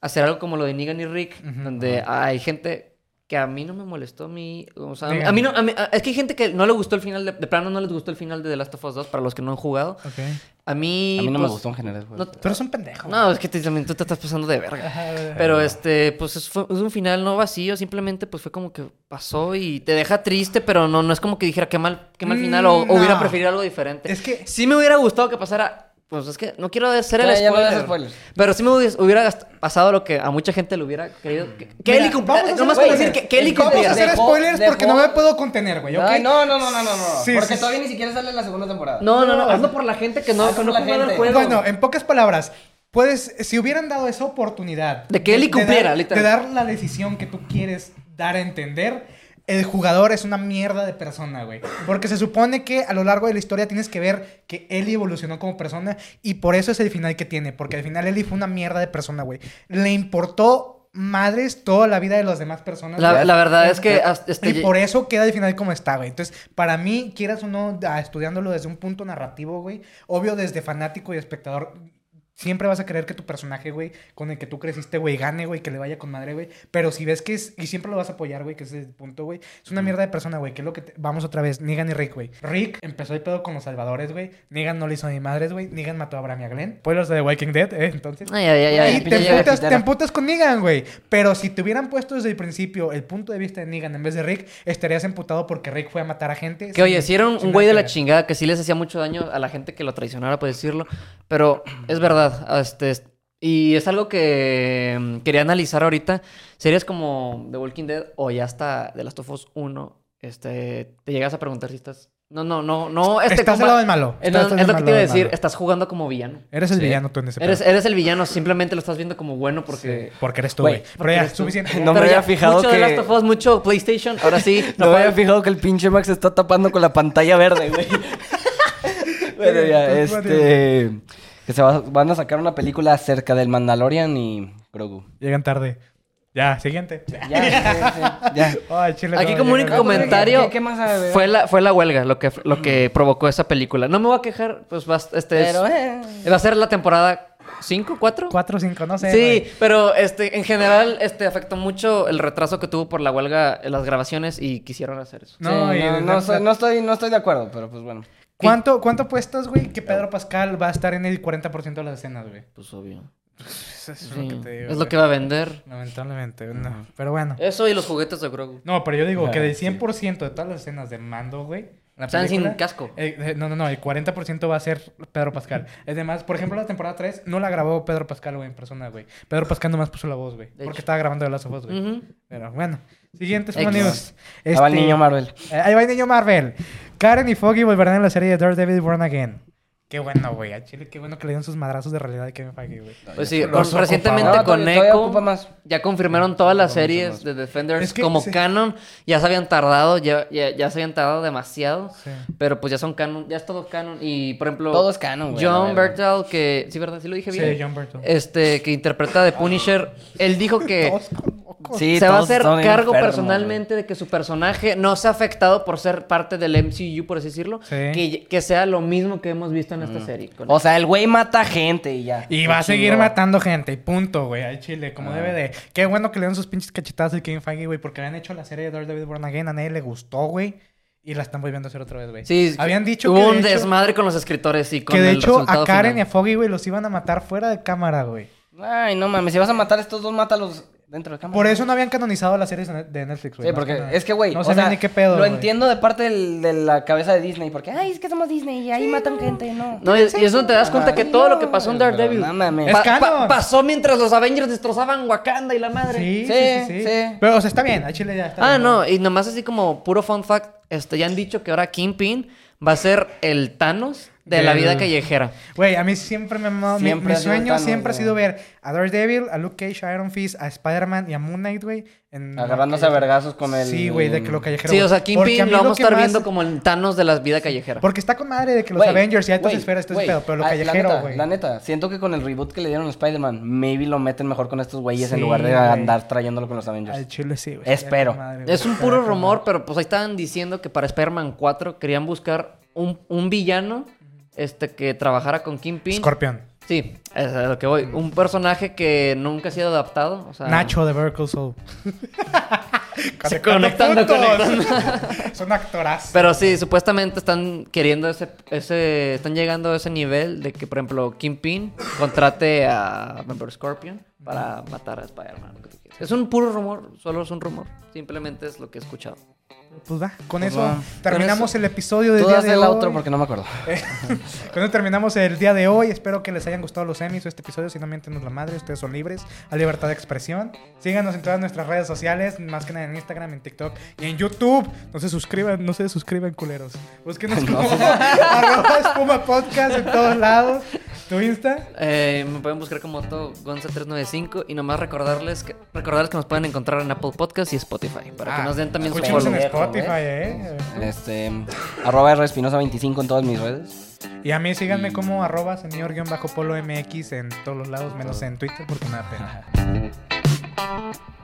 [SPEAKER 3] hacer algo como lo de Negan y Rick, donde hay gente que a mí no me molestó a mí. O sea, a
[SPEAKER 1] Negan.
[SPEAKER 3] mí no, a mí- a- es que hay gente que no le gustó el final de, de plano, no les gustó el final de The Last of Us 2 para los que no han jugado.
[SPEAKER 1] ok.
[SPEAKER 3] A mí.
[SPEAKER 2] A mí no me
[SPEAKER 3] pues,
[SPEAKER 2] gustó en general, güey.
[SPEAKER 3] No,
[SPEAKER 1] Tú eres un pendejo.
[SPEAKER 3] no, es que te- también tú te estás pasando de verga.
[SPEAKER 1] Ajá, güey.
[SPEAKER 3] Pero este, pues es, fue- es un final no vacío, simplemente pues fue como que pasó y te deja triste, pero no, no es como que dijera qué mal, qué mal final o,
[SPEAKER 1] Mm,
[SPEAKER 3] o hubiera
[SPEAKER 1] no.
[SPEAKER 3] preferido algo diferente.
[SPEAKER 1] Es que-
[SPEAKER 3] sí me hubiera gustado que pasara, pues es que no quiero hacer el
[SPEAKER 2] Ya, ya no
[SPEAKER 3] spoiler,
[SPEAKER 2] des spoilers.
[SPEAKER 3] pero sí me hubiera, hubiera gast- pasado lo que a mucha gente le hubiera querido. Que, que
[SPEAKER 1] Mira,
[SPEAKER 3] Eli cum-
[SPEAKER 1] vamos a hacer
[SPEAKER 3] nomás con
[SPEAKER 1] spoilers.
[SPEAKER 3] decir que, que Eli
[SPEAKER 2] Vamos a
[SPEAKER 1] Vamos a
[SPEAKER 3] cumpliera.
[SPEAKER 1] hacer
[SPEAKER 2] Dejó-
[SPEAKER 1] spoilers porque
[SPEAKER 2] dejó-
[SPEAKER 1] no me puedo contener, güey, ¿ok?
[SPEAKER 2] Ay, no, no, no, no, no, no.
[SPEAKER 1] Sí,
[SPEAKER 2] porque
[SPEAKER 1] sí,
[SPEAKER 2] todavía ni siquiera sale la segunda temporada.
[SPEAKER 3] No, no, no, hazlo por la gente que
[SPEAKER 1] Ah,
[SPEAKER 3] no,
[SPEAKER 2] Hazlo
[SPEAKER 3] que no
[SPEAKER 2] por la
[SPEAKER 3] juega el
[SPEAKER 2] gente.
[SPEAKER 3] juego.
[SPEAKER 1] Bueno, en pocas palabras, puedes, si hubieran dado esa oportunidad
[SPEAKER 3] De que Eli cumpliera,
[SPEAKER 1] dar,
[SPEAKER 3] literal.
[SPEAKER 1] de dar la decisión que tú quieres dar a entender, el jugador es una mierda de persona, güey. Porque se supone que a lo largo de la historia tienes que ver que Eli evolucionó como persona y por eso es el final que tiene, porque al final Eli fue una mierda de persona, güey. Le importó madres toda la vida de las demás personas.
[SPEAKER 3] La-
[SPEAKER 1] güey.
[SPEAKER 3] la verdad es que hasta- este-
[SPEAKER 1] y por eso queda al final como está, güey. Entonces, para mí, quieras o no, a- estudiándolo desde un punto narrativo, güey, obvio desde fanático y espectador, siempre vas a querer que tu personaje, güey, con el que tú creciste, güey, gane, güey, que le vaya con madre, güey. Pero si ves que es, y siempre lo vas a apoyar, güey, que ese es el punto, güey. Es una mierda de persona, güey, que es lo que, te- vamos otra vez, Negan y Rick, güey. Rick empezó el pedo con los salvadores, güey. Negan no le hizo ni madres, güey. Negan mató a Bram y a Glenn. Pues los de The Walking Dead, ¿eh? Entonces...
[SPEAKER 3] Ay, ay, ay, ay,
[SPEAKER 1] Y
[SPEAKER 3] pinche
[SPEAKER 1] te
[SPEAKER 3] Jerry.
[SPEAKER 1] emputas,
[SPEAKER 2] Quintero.
[SPEAKER 1] te emputas con Negan, güey. Pero si te hubieran puesto desde el principio el punto de vista de Negan en vez de Rick, estarías emputado porque Rick fue a matar a gente.
[SPEAKER 3] Que oye, si era un, un güey de la
[SPEAKER 1] chingada
[SPEAKER 3] chingada que sí les hacía mucho daño a la gente que lo traicionara, por decirlo. Pero es verdad. Este, es- y es algo que mm, quería analizar ahorita. Series como The Walking Dead o ya hasta The Last of Us 1, este, te llegas a preguntar si estás. No, no, no, no. Este,
[SPEAKER 1] Estás
[SPEAKER 3] compa-
[SPEAKER 1] al lado del malo.
[SPEAKER 3] Eh, no,
[SPEAKER 1] Estás al
[SPEAKER 3] es lo
[SPEAKER 1] lado
[SPEAKER 3] que te iba a
[SPEAKER 1] del
[SPEAKER 3] decir.
[SPEAKER 1] malo.
[SPEAKER 3] Estás jugando como villano.
[SPEAKER 1] Eres el
[SPEAKER 2] Sí.
[SPEAKER 1] villano tú en ese
[SPEAKER 3] Eres,
[SPEAKER 1] pedo.
[SPEAKER 3] eres el villano, simplemente lo estás viendo como bueno porque.
[SPEAKER 1] Porque eres tú,
[SPEAKER 2] Güey,
[SPEAKER 1] güey. Pero
[SPEAKER 3] porque
[SPEAKER 1] ya,
[SPEAKER 3] eres tú.
[SPEAKER 1] suficiente.
[SPEAKER 2] No me
[SPEAKER 3] Pero
[SPEAKER 2] había
[SPEAKER 3] ya,
[SPEAKER 2] fijado
[SPEAKER 3] mucho
[SPEAKER 2] que-
[SPEAKER 3] The Last of Us, mucho PlayStation. Ahora sí.
[SPEAKER 2] No me había fijado que el pinche Max está tapando con la pantalla verde, güey. Pero ya,
[SPEAKER 1] Entonces,
[SPEAKER 2] este. Que se va- van a sacar una película acerca del Mandalorian y Grogu.
[SPEAKER 1] Llegan tarde. Ya, siguiente.
[SPEAKER 2] Ya, ya, ya.
[SPEAKER 1] Ay, chile,
[SPEAKER 3] Aquí
[SPEAKER 1] no,
[SPEAKER 3] como único
[SPEAKER 1] llegan-
[SPEAKER 3] comentario
[SPEAKER 2] ¿Qué- qué más sabe, verdad?
[SPEAKER 3] fue la fue la huelga lo que lo que provocó esa película. No me voy a quejar, pues va a- este es-
[SPEAKER 2] Pero, eh.
[SPEAKER 3] va a ser la temporada 5, 4.
[SPEAKER 1] Cuatro o cinco, no sé.
[SPEAKER 3] sí,
[SPEAKER 1] güey.
[SPEAKER 3] pero este en general este afectó mucho el retraso que tuvo por la huelga en las grabaciones y quisieron hacer eso.
[SPEAKER 1] No,
[SPEAKER 2] Sí,
[SPEAKER 1] y-
[SPEAKER 2] no, no soy- no estoy, no estoy de acuerdo, pero pues bueno.
[SPEAKER 1] ¿Cuánto, ¿Cuánto apuestas, güey, que Pedro Pascal va a estar en el 40% de las escenas, güey?
[SPEAKER 3] Pues obvio.
[SPEAKER 1] Eso
[SPEAKER 3] Sí,
[SPEAKER 1] es lo que te digo.
[SPEAKER 3] es lo
[SPEAKER 1] güey.
[SPEAKER 3] que va a vender.
[SPEAKER 1] Lamentablemente, no. Pero bueno.
[SPEAKER 3] Eso y los juguetes de Grogu.
[SPEAKER 1] No, pero yo digo que
[SPEAKER 2] Ah,
[SPEAKER 1] del
[SPEAKER 2] sí.
[SPEAKER 1] 100% de todas las escenas de mando, güey, en la
[SPEAKER 3] Están sin
[SPEAKER 1] película,
[SPEAKER 3] casco.
[SPEAKER 1] eh, eh, no, no, no, el 40% va a ser Pedro Pascal. Además, por ejemplo, la temporada 3 no la grabó Pedro Pascal, güey, en persona, güey. Pedro Pascal nomás puso la voz, güey.
[SPEAKER 3] De
[SPEAKER 1] Porque
[SPEAKER 3] hecho.
[SPEAKER 1] estaba grabando de las voz, güey.
[SPEAKER 3] Ujú.
[SPEAKER 1] Pero bueno, siguientes
[SPEAKER 3] X.
[SPEAKER 1] amigos.
[SPEAKER 2] Estaba el
[SPEAKER 1] Este,
[SPEAKER 2] niño Marvel.
[SPEAKER 1] eh, ahí va el niño Marvel. Karen y Foggy volverán a la serie de Daredevil Born Again. Qué bueno, güey. A Chile, qué bueno que le dieron sus madrazos de realidad a Kevin Feige, güey.
[SPEAKER 3] Pues sí,
[SPEAKER 1] Los
[SPEAKER 3] con-
[SPEAKER 1] ocupa-
[SPEAKER 3] recientemente
[SPEAKER 1] No,
[SPEAKER 3] con
[SPEAKER 2] todavía
[SPEAKER 3] Echo
[SPEAKER 2] ocupa más.
[SPEAKER 3] ya confirmaron todas las
[SPEAKER 2] Ocupa mucho
[SPEAKER 3] series
[SPEAKER 2] más.
[SPEAKER 3] de Defenders
[SPEAKER 1] Es que
[SPEAKER 3] como
[SPEAKER 1] sí.
[SPEAKER 3] canon. Ya se habían tardado, ya, ya, ya se habían tardado demasiado.
[SPEAKER 1] Sí.
[SPEAKER 3] Pero pues ya son canon, ya es todo canon. Y por ejemplo,
[SPEAKER 2] Todo es canon, güey,
[SPEAKER 3] John
[SPEAKER 2] la verga.
[SPEAKER 3] Bertal, que. Sí, ¿verdad? Sí lo dije
[SPEAKER 1] Sí,
[SPEAKER 3] bien.
[SPEAKER 1] John Burton.
[SPEAKER 3] Este, que interpreta de Punisher. Él dijo que.
[SPEAKER 1] Todos con mocos.
[SPEAKER 2] Sí,
[SPEAKER 3] se va a
[SPEAKER 2] todos
[SPEAKER 3] hacer
[SPEAKER 2] son
[SPEAKER 3] cargo
[SPEAKER 2] enfermos,
[SPEAKER 3] personalmente de que su personaje no sea afectado por ser parte del MCU, por así decirlo.
[SPEAKER 1] Sí.
[SPEAKER 3] Que, que sea lo mismo que hemos visto en esta serie.
[SPEAKER 2] güey.
[SPEAKER 3] Con-
[SPEAKER 2] O sea, el güey mata gente y ya.
[SPEAKER 1] Y va a
[SPEAKER 2] Qué
[SPEAKER 1] seguir
[SPEAKER 2] chingo.
[SPEAKER 1] matando gente, y punto, güey, al chile, como
[SPEAKER 2] Ah.
[SPEAKER 1] debe de. Qué bueno que le dieron sus pinches cachetadas al Kevin Feige, güey, porque habían hecho la serie de Daredevil Born Again, a nadie le gustó, güey, y la están volviendo a hacer otra vez, güey.
[SPEAKER 3] sí,
[SPEAKER 1] habían dicho
[SPEAKER 3] hubo
[SPEAKER 1] que de
[SPEAKER 3] un
[SPEAKER 1] hecho-
[SPEAKER 3] desmadre con los escritores y con
[SPEAKER 1] que de
[SPEAKER 3] el
[SPEAKER 1] hecho
[SPEAKER 3] resultado
[SPEAKER 1] a Karen y a
[SPEAKER 3] final.
[SPEAKER 1] Foggy, güey, los iban a matar fuera de cámara, güey.
[SPEAKER 2] Ay, no mames, si vas a matar a estos dos, mátalos dentro de cámara.
[SPEAKER 1] Por eso no habían canonizado las series de Net- de Netflix, güey.
[SPEAKER 2] Sí,
[SPEAKER 1] más
[SPEAKER 2] porque
[SPEAKER 1] nada.
[SPEAKER 2] es que, güey,
[SPEAKER 1] no
[SPEAKER 2] o
[SPEAKER 1] sabían
[SPEAKER 2] sea,
[SPEAKER 1] ni qué pedo.
[SPEAKER 2] Lo
[SPEAKER 1] güey.
[SPEAKER 2] entiendo de parte del- de la cabeza de Disney, porque, ay, es que somos Disney y ahí matan gente, no.
[SPEAKER 3] No, y, y es donde te das cuenta
[SPEAKER 2] Ah,
[SPEAKER 3] que
[SPEAKER 2] sí,
[SPEAKER 3] todo
[SPEAKER 2] no,
[SPEAKER 3] lo que pasó en
[SPEAKER 2] pero
[SPEAKER 3] Daredevil
[SPEAKER 2] no mames.
[SPEAKER 1] Es canon.
[SPEAKER 3] pasó mientras los Avengers destrozaban Wakanda y la madre.
[SPEAKER 1] Sí, sí, sí,
[SPEAKER 2] Sí,
[SPEAKER 1] sí.
[SPEAKER 2] sí.
[SPEAKER 1] Pero, o sea, está bien, al chile ya está.
[SPEAKER 3] Ah,
[SPEAKER 1] bien,
[SPEAKER 3] no, y nomás así como puro fun fact, este, ya han dicho que ahora Kingpin va a ser el Thanos de la
[SPEAKER 1] Del-
[SPEAKER 3] vida callejera.
[SPEAKER 1] Güey, a mí siempre me ha mamado. mi-
[SPEAKER 2] Siempre
[SPEAKER 1] mi,
[SPEAKER 2] ha sido
[SPEAKER 1] sueño
[SPEAKER 2] Thanos,
[SPEAKER 1] siempre ha
[SPEAKER 2] güey.
[SPEAKER 1] sido ver a Daredevil, a Luke Cage, a Iron Fist, a Spider-Man y a Moon Knight, güey. en-
[SPEAKER 2] Agarrándose a vergazos con el.
[SPEAKER 1] Sí, güey, de que lo callejero.
[SPEAKER 3] Sí, o sea,
[SPEAKER 1] güey. Porque a
[SPEAKER 3] Kingpin
[SPEAKER 1] mí
[SPEAKER 3] lo vamos a
[SPEAKER 1] que
[SPEAKER 3] estar
[SPEAKER 1] más-
[SPEAKER 3] viendo como el Thanos de la vida callejera.
[SPEAKER 1] Porque está con madre de que los
[SPEAKER 2] Güey,
[SPEAKER 1] Avengers y altas
[SPEAKER 2] güey,
[SPEAKER 1] esferas, todo ese
[SPEAKER 2] güey.
[SPEAKER 1] pedo, pero lo
[SPEAKER 2] Ah, la
[SPEAKER 1] callejero,
[SPEAKER 2] neta,
[SPEAKER 1] güey.
[SPEAKER 2] La neta, siento que con el reboot que le dieron a Spider-Man, maybe lo meten mejor con estos güeyes
[SPEAKER 1] Sí,
[SPEAKER 2] en lugar de
[SPEAKER 1] güey.
[SPEAKER 2] andar trayéndolo con los Avengers.
[SPEAKER 1] Al chile sí, güey.
[SPEAKER 2] Espero.
[SPEAKER 1] Está con madre, güey.
[SPEAKER 3] Es un
[SPEAKER 1] Está
[SPEAKER 3] puro
[SPEAKER 1] con
[SPEAKER 3] rumor,
[SPEAKER 1] madre.
[SPEAKER 3] pero pues ahí estaban diciendo que para Spider-Man 4 querían buscar un, un villano este, que trabajara con Kingpin.
[SPEAKER 1] Scorpion.
[SPEAKER 3] Sí, es a lo que voy. Un personaje que nunca ha sido adaptado. o sea-
[SPEAKER 1] Nacho de Vertical Soul.
[SPEAKER 3] Se conectando,
[SPEAKER 1] puntos.
[SPEAKER 3] conectando.
[SPEAKER 1] Son actorazos.
[SPEAKER 3] Pero sí, supuestamente están queriendo ese, ese, están llegando a ese nivel de que, por ejemplo, Kingpin contrate a por ejemplo, Scorpion para matar a Spider-Man. lo que tú quieras. Es un puro rumor, solo es un rumor. Simplemente es lo que he escuchado.
[SPEAKER 1] Pues va, con
[SPEAKER 2] Pues
[SPEAKER 1] eso
[SPEAKER 2] va.
[SPEAKER 1] terminamos el episodio del
[SPEAKER 2] Tú
[SPEAKER 1] día
[SPEAKER 2] das
[SPEAKER 1] de
[SPEAKER 2] el
[SPEAKER 1] hoy. Eh.
[SPEAKER 2] outro porque no me acuerdo.
[SPEAKER 1] Con eso terminamos el día de hoy. Espero que les hayan gustado los semis o este episodio. Si no mientenos la madre, ustedes son libres. A libertad de expresión. Síganos en todas nuestras redes sociales, más que nada en Instagram, en TikTok y en YouTube. No se suscriban, no se suscriban, culeros. Búsquenos como arroba espuma podcast en todos lados. Tu Insta.
[SPEAKER 3] Eh, me pueden buscar como todo Gonza395 y nomás recordarles que, recordarles que nos pueden encontrar en Apple Podcast y Spotify para que
[SPEAKER 1] Ah,
[SPEAKER 3] nos den también su
[SPEAKER 1] escúchenos
[SPEAKER 3] follow.
[SPEAKER 1] en
[SPEAKER 2] follow.
[SPEAKER 1] Spotify, eh.
[SPEAKER 2] Este, arroba respinosa25 en todas mis redes.
[SPEAKER 1] Y a mí síganme como arroba señor-polo mx en todos los lados, menos en Twitter, porque me da pena.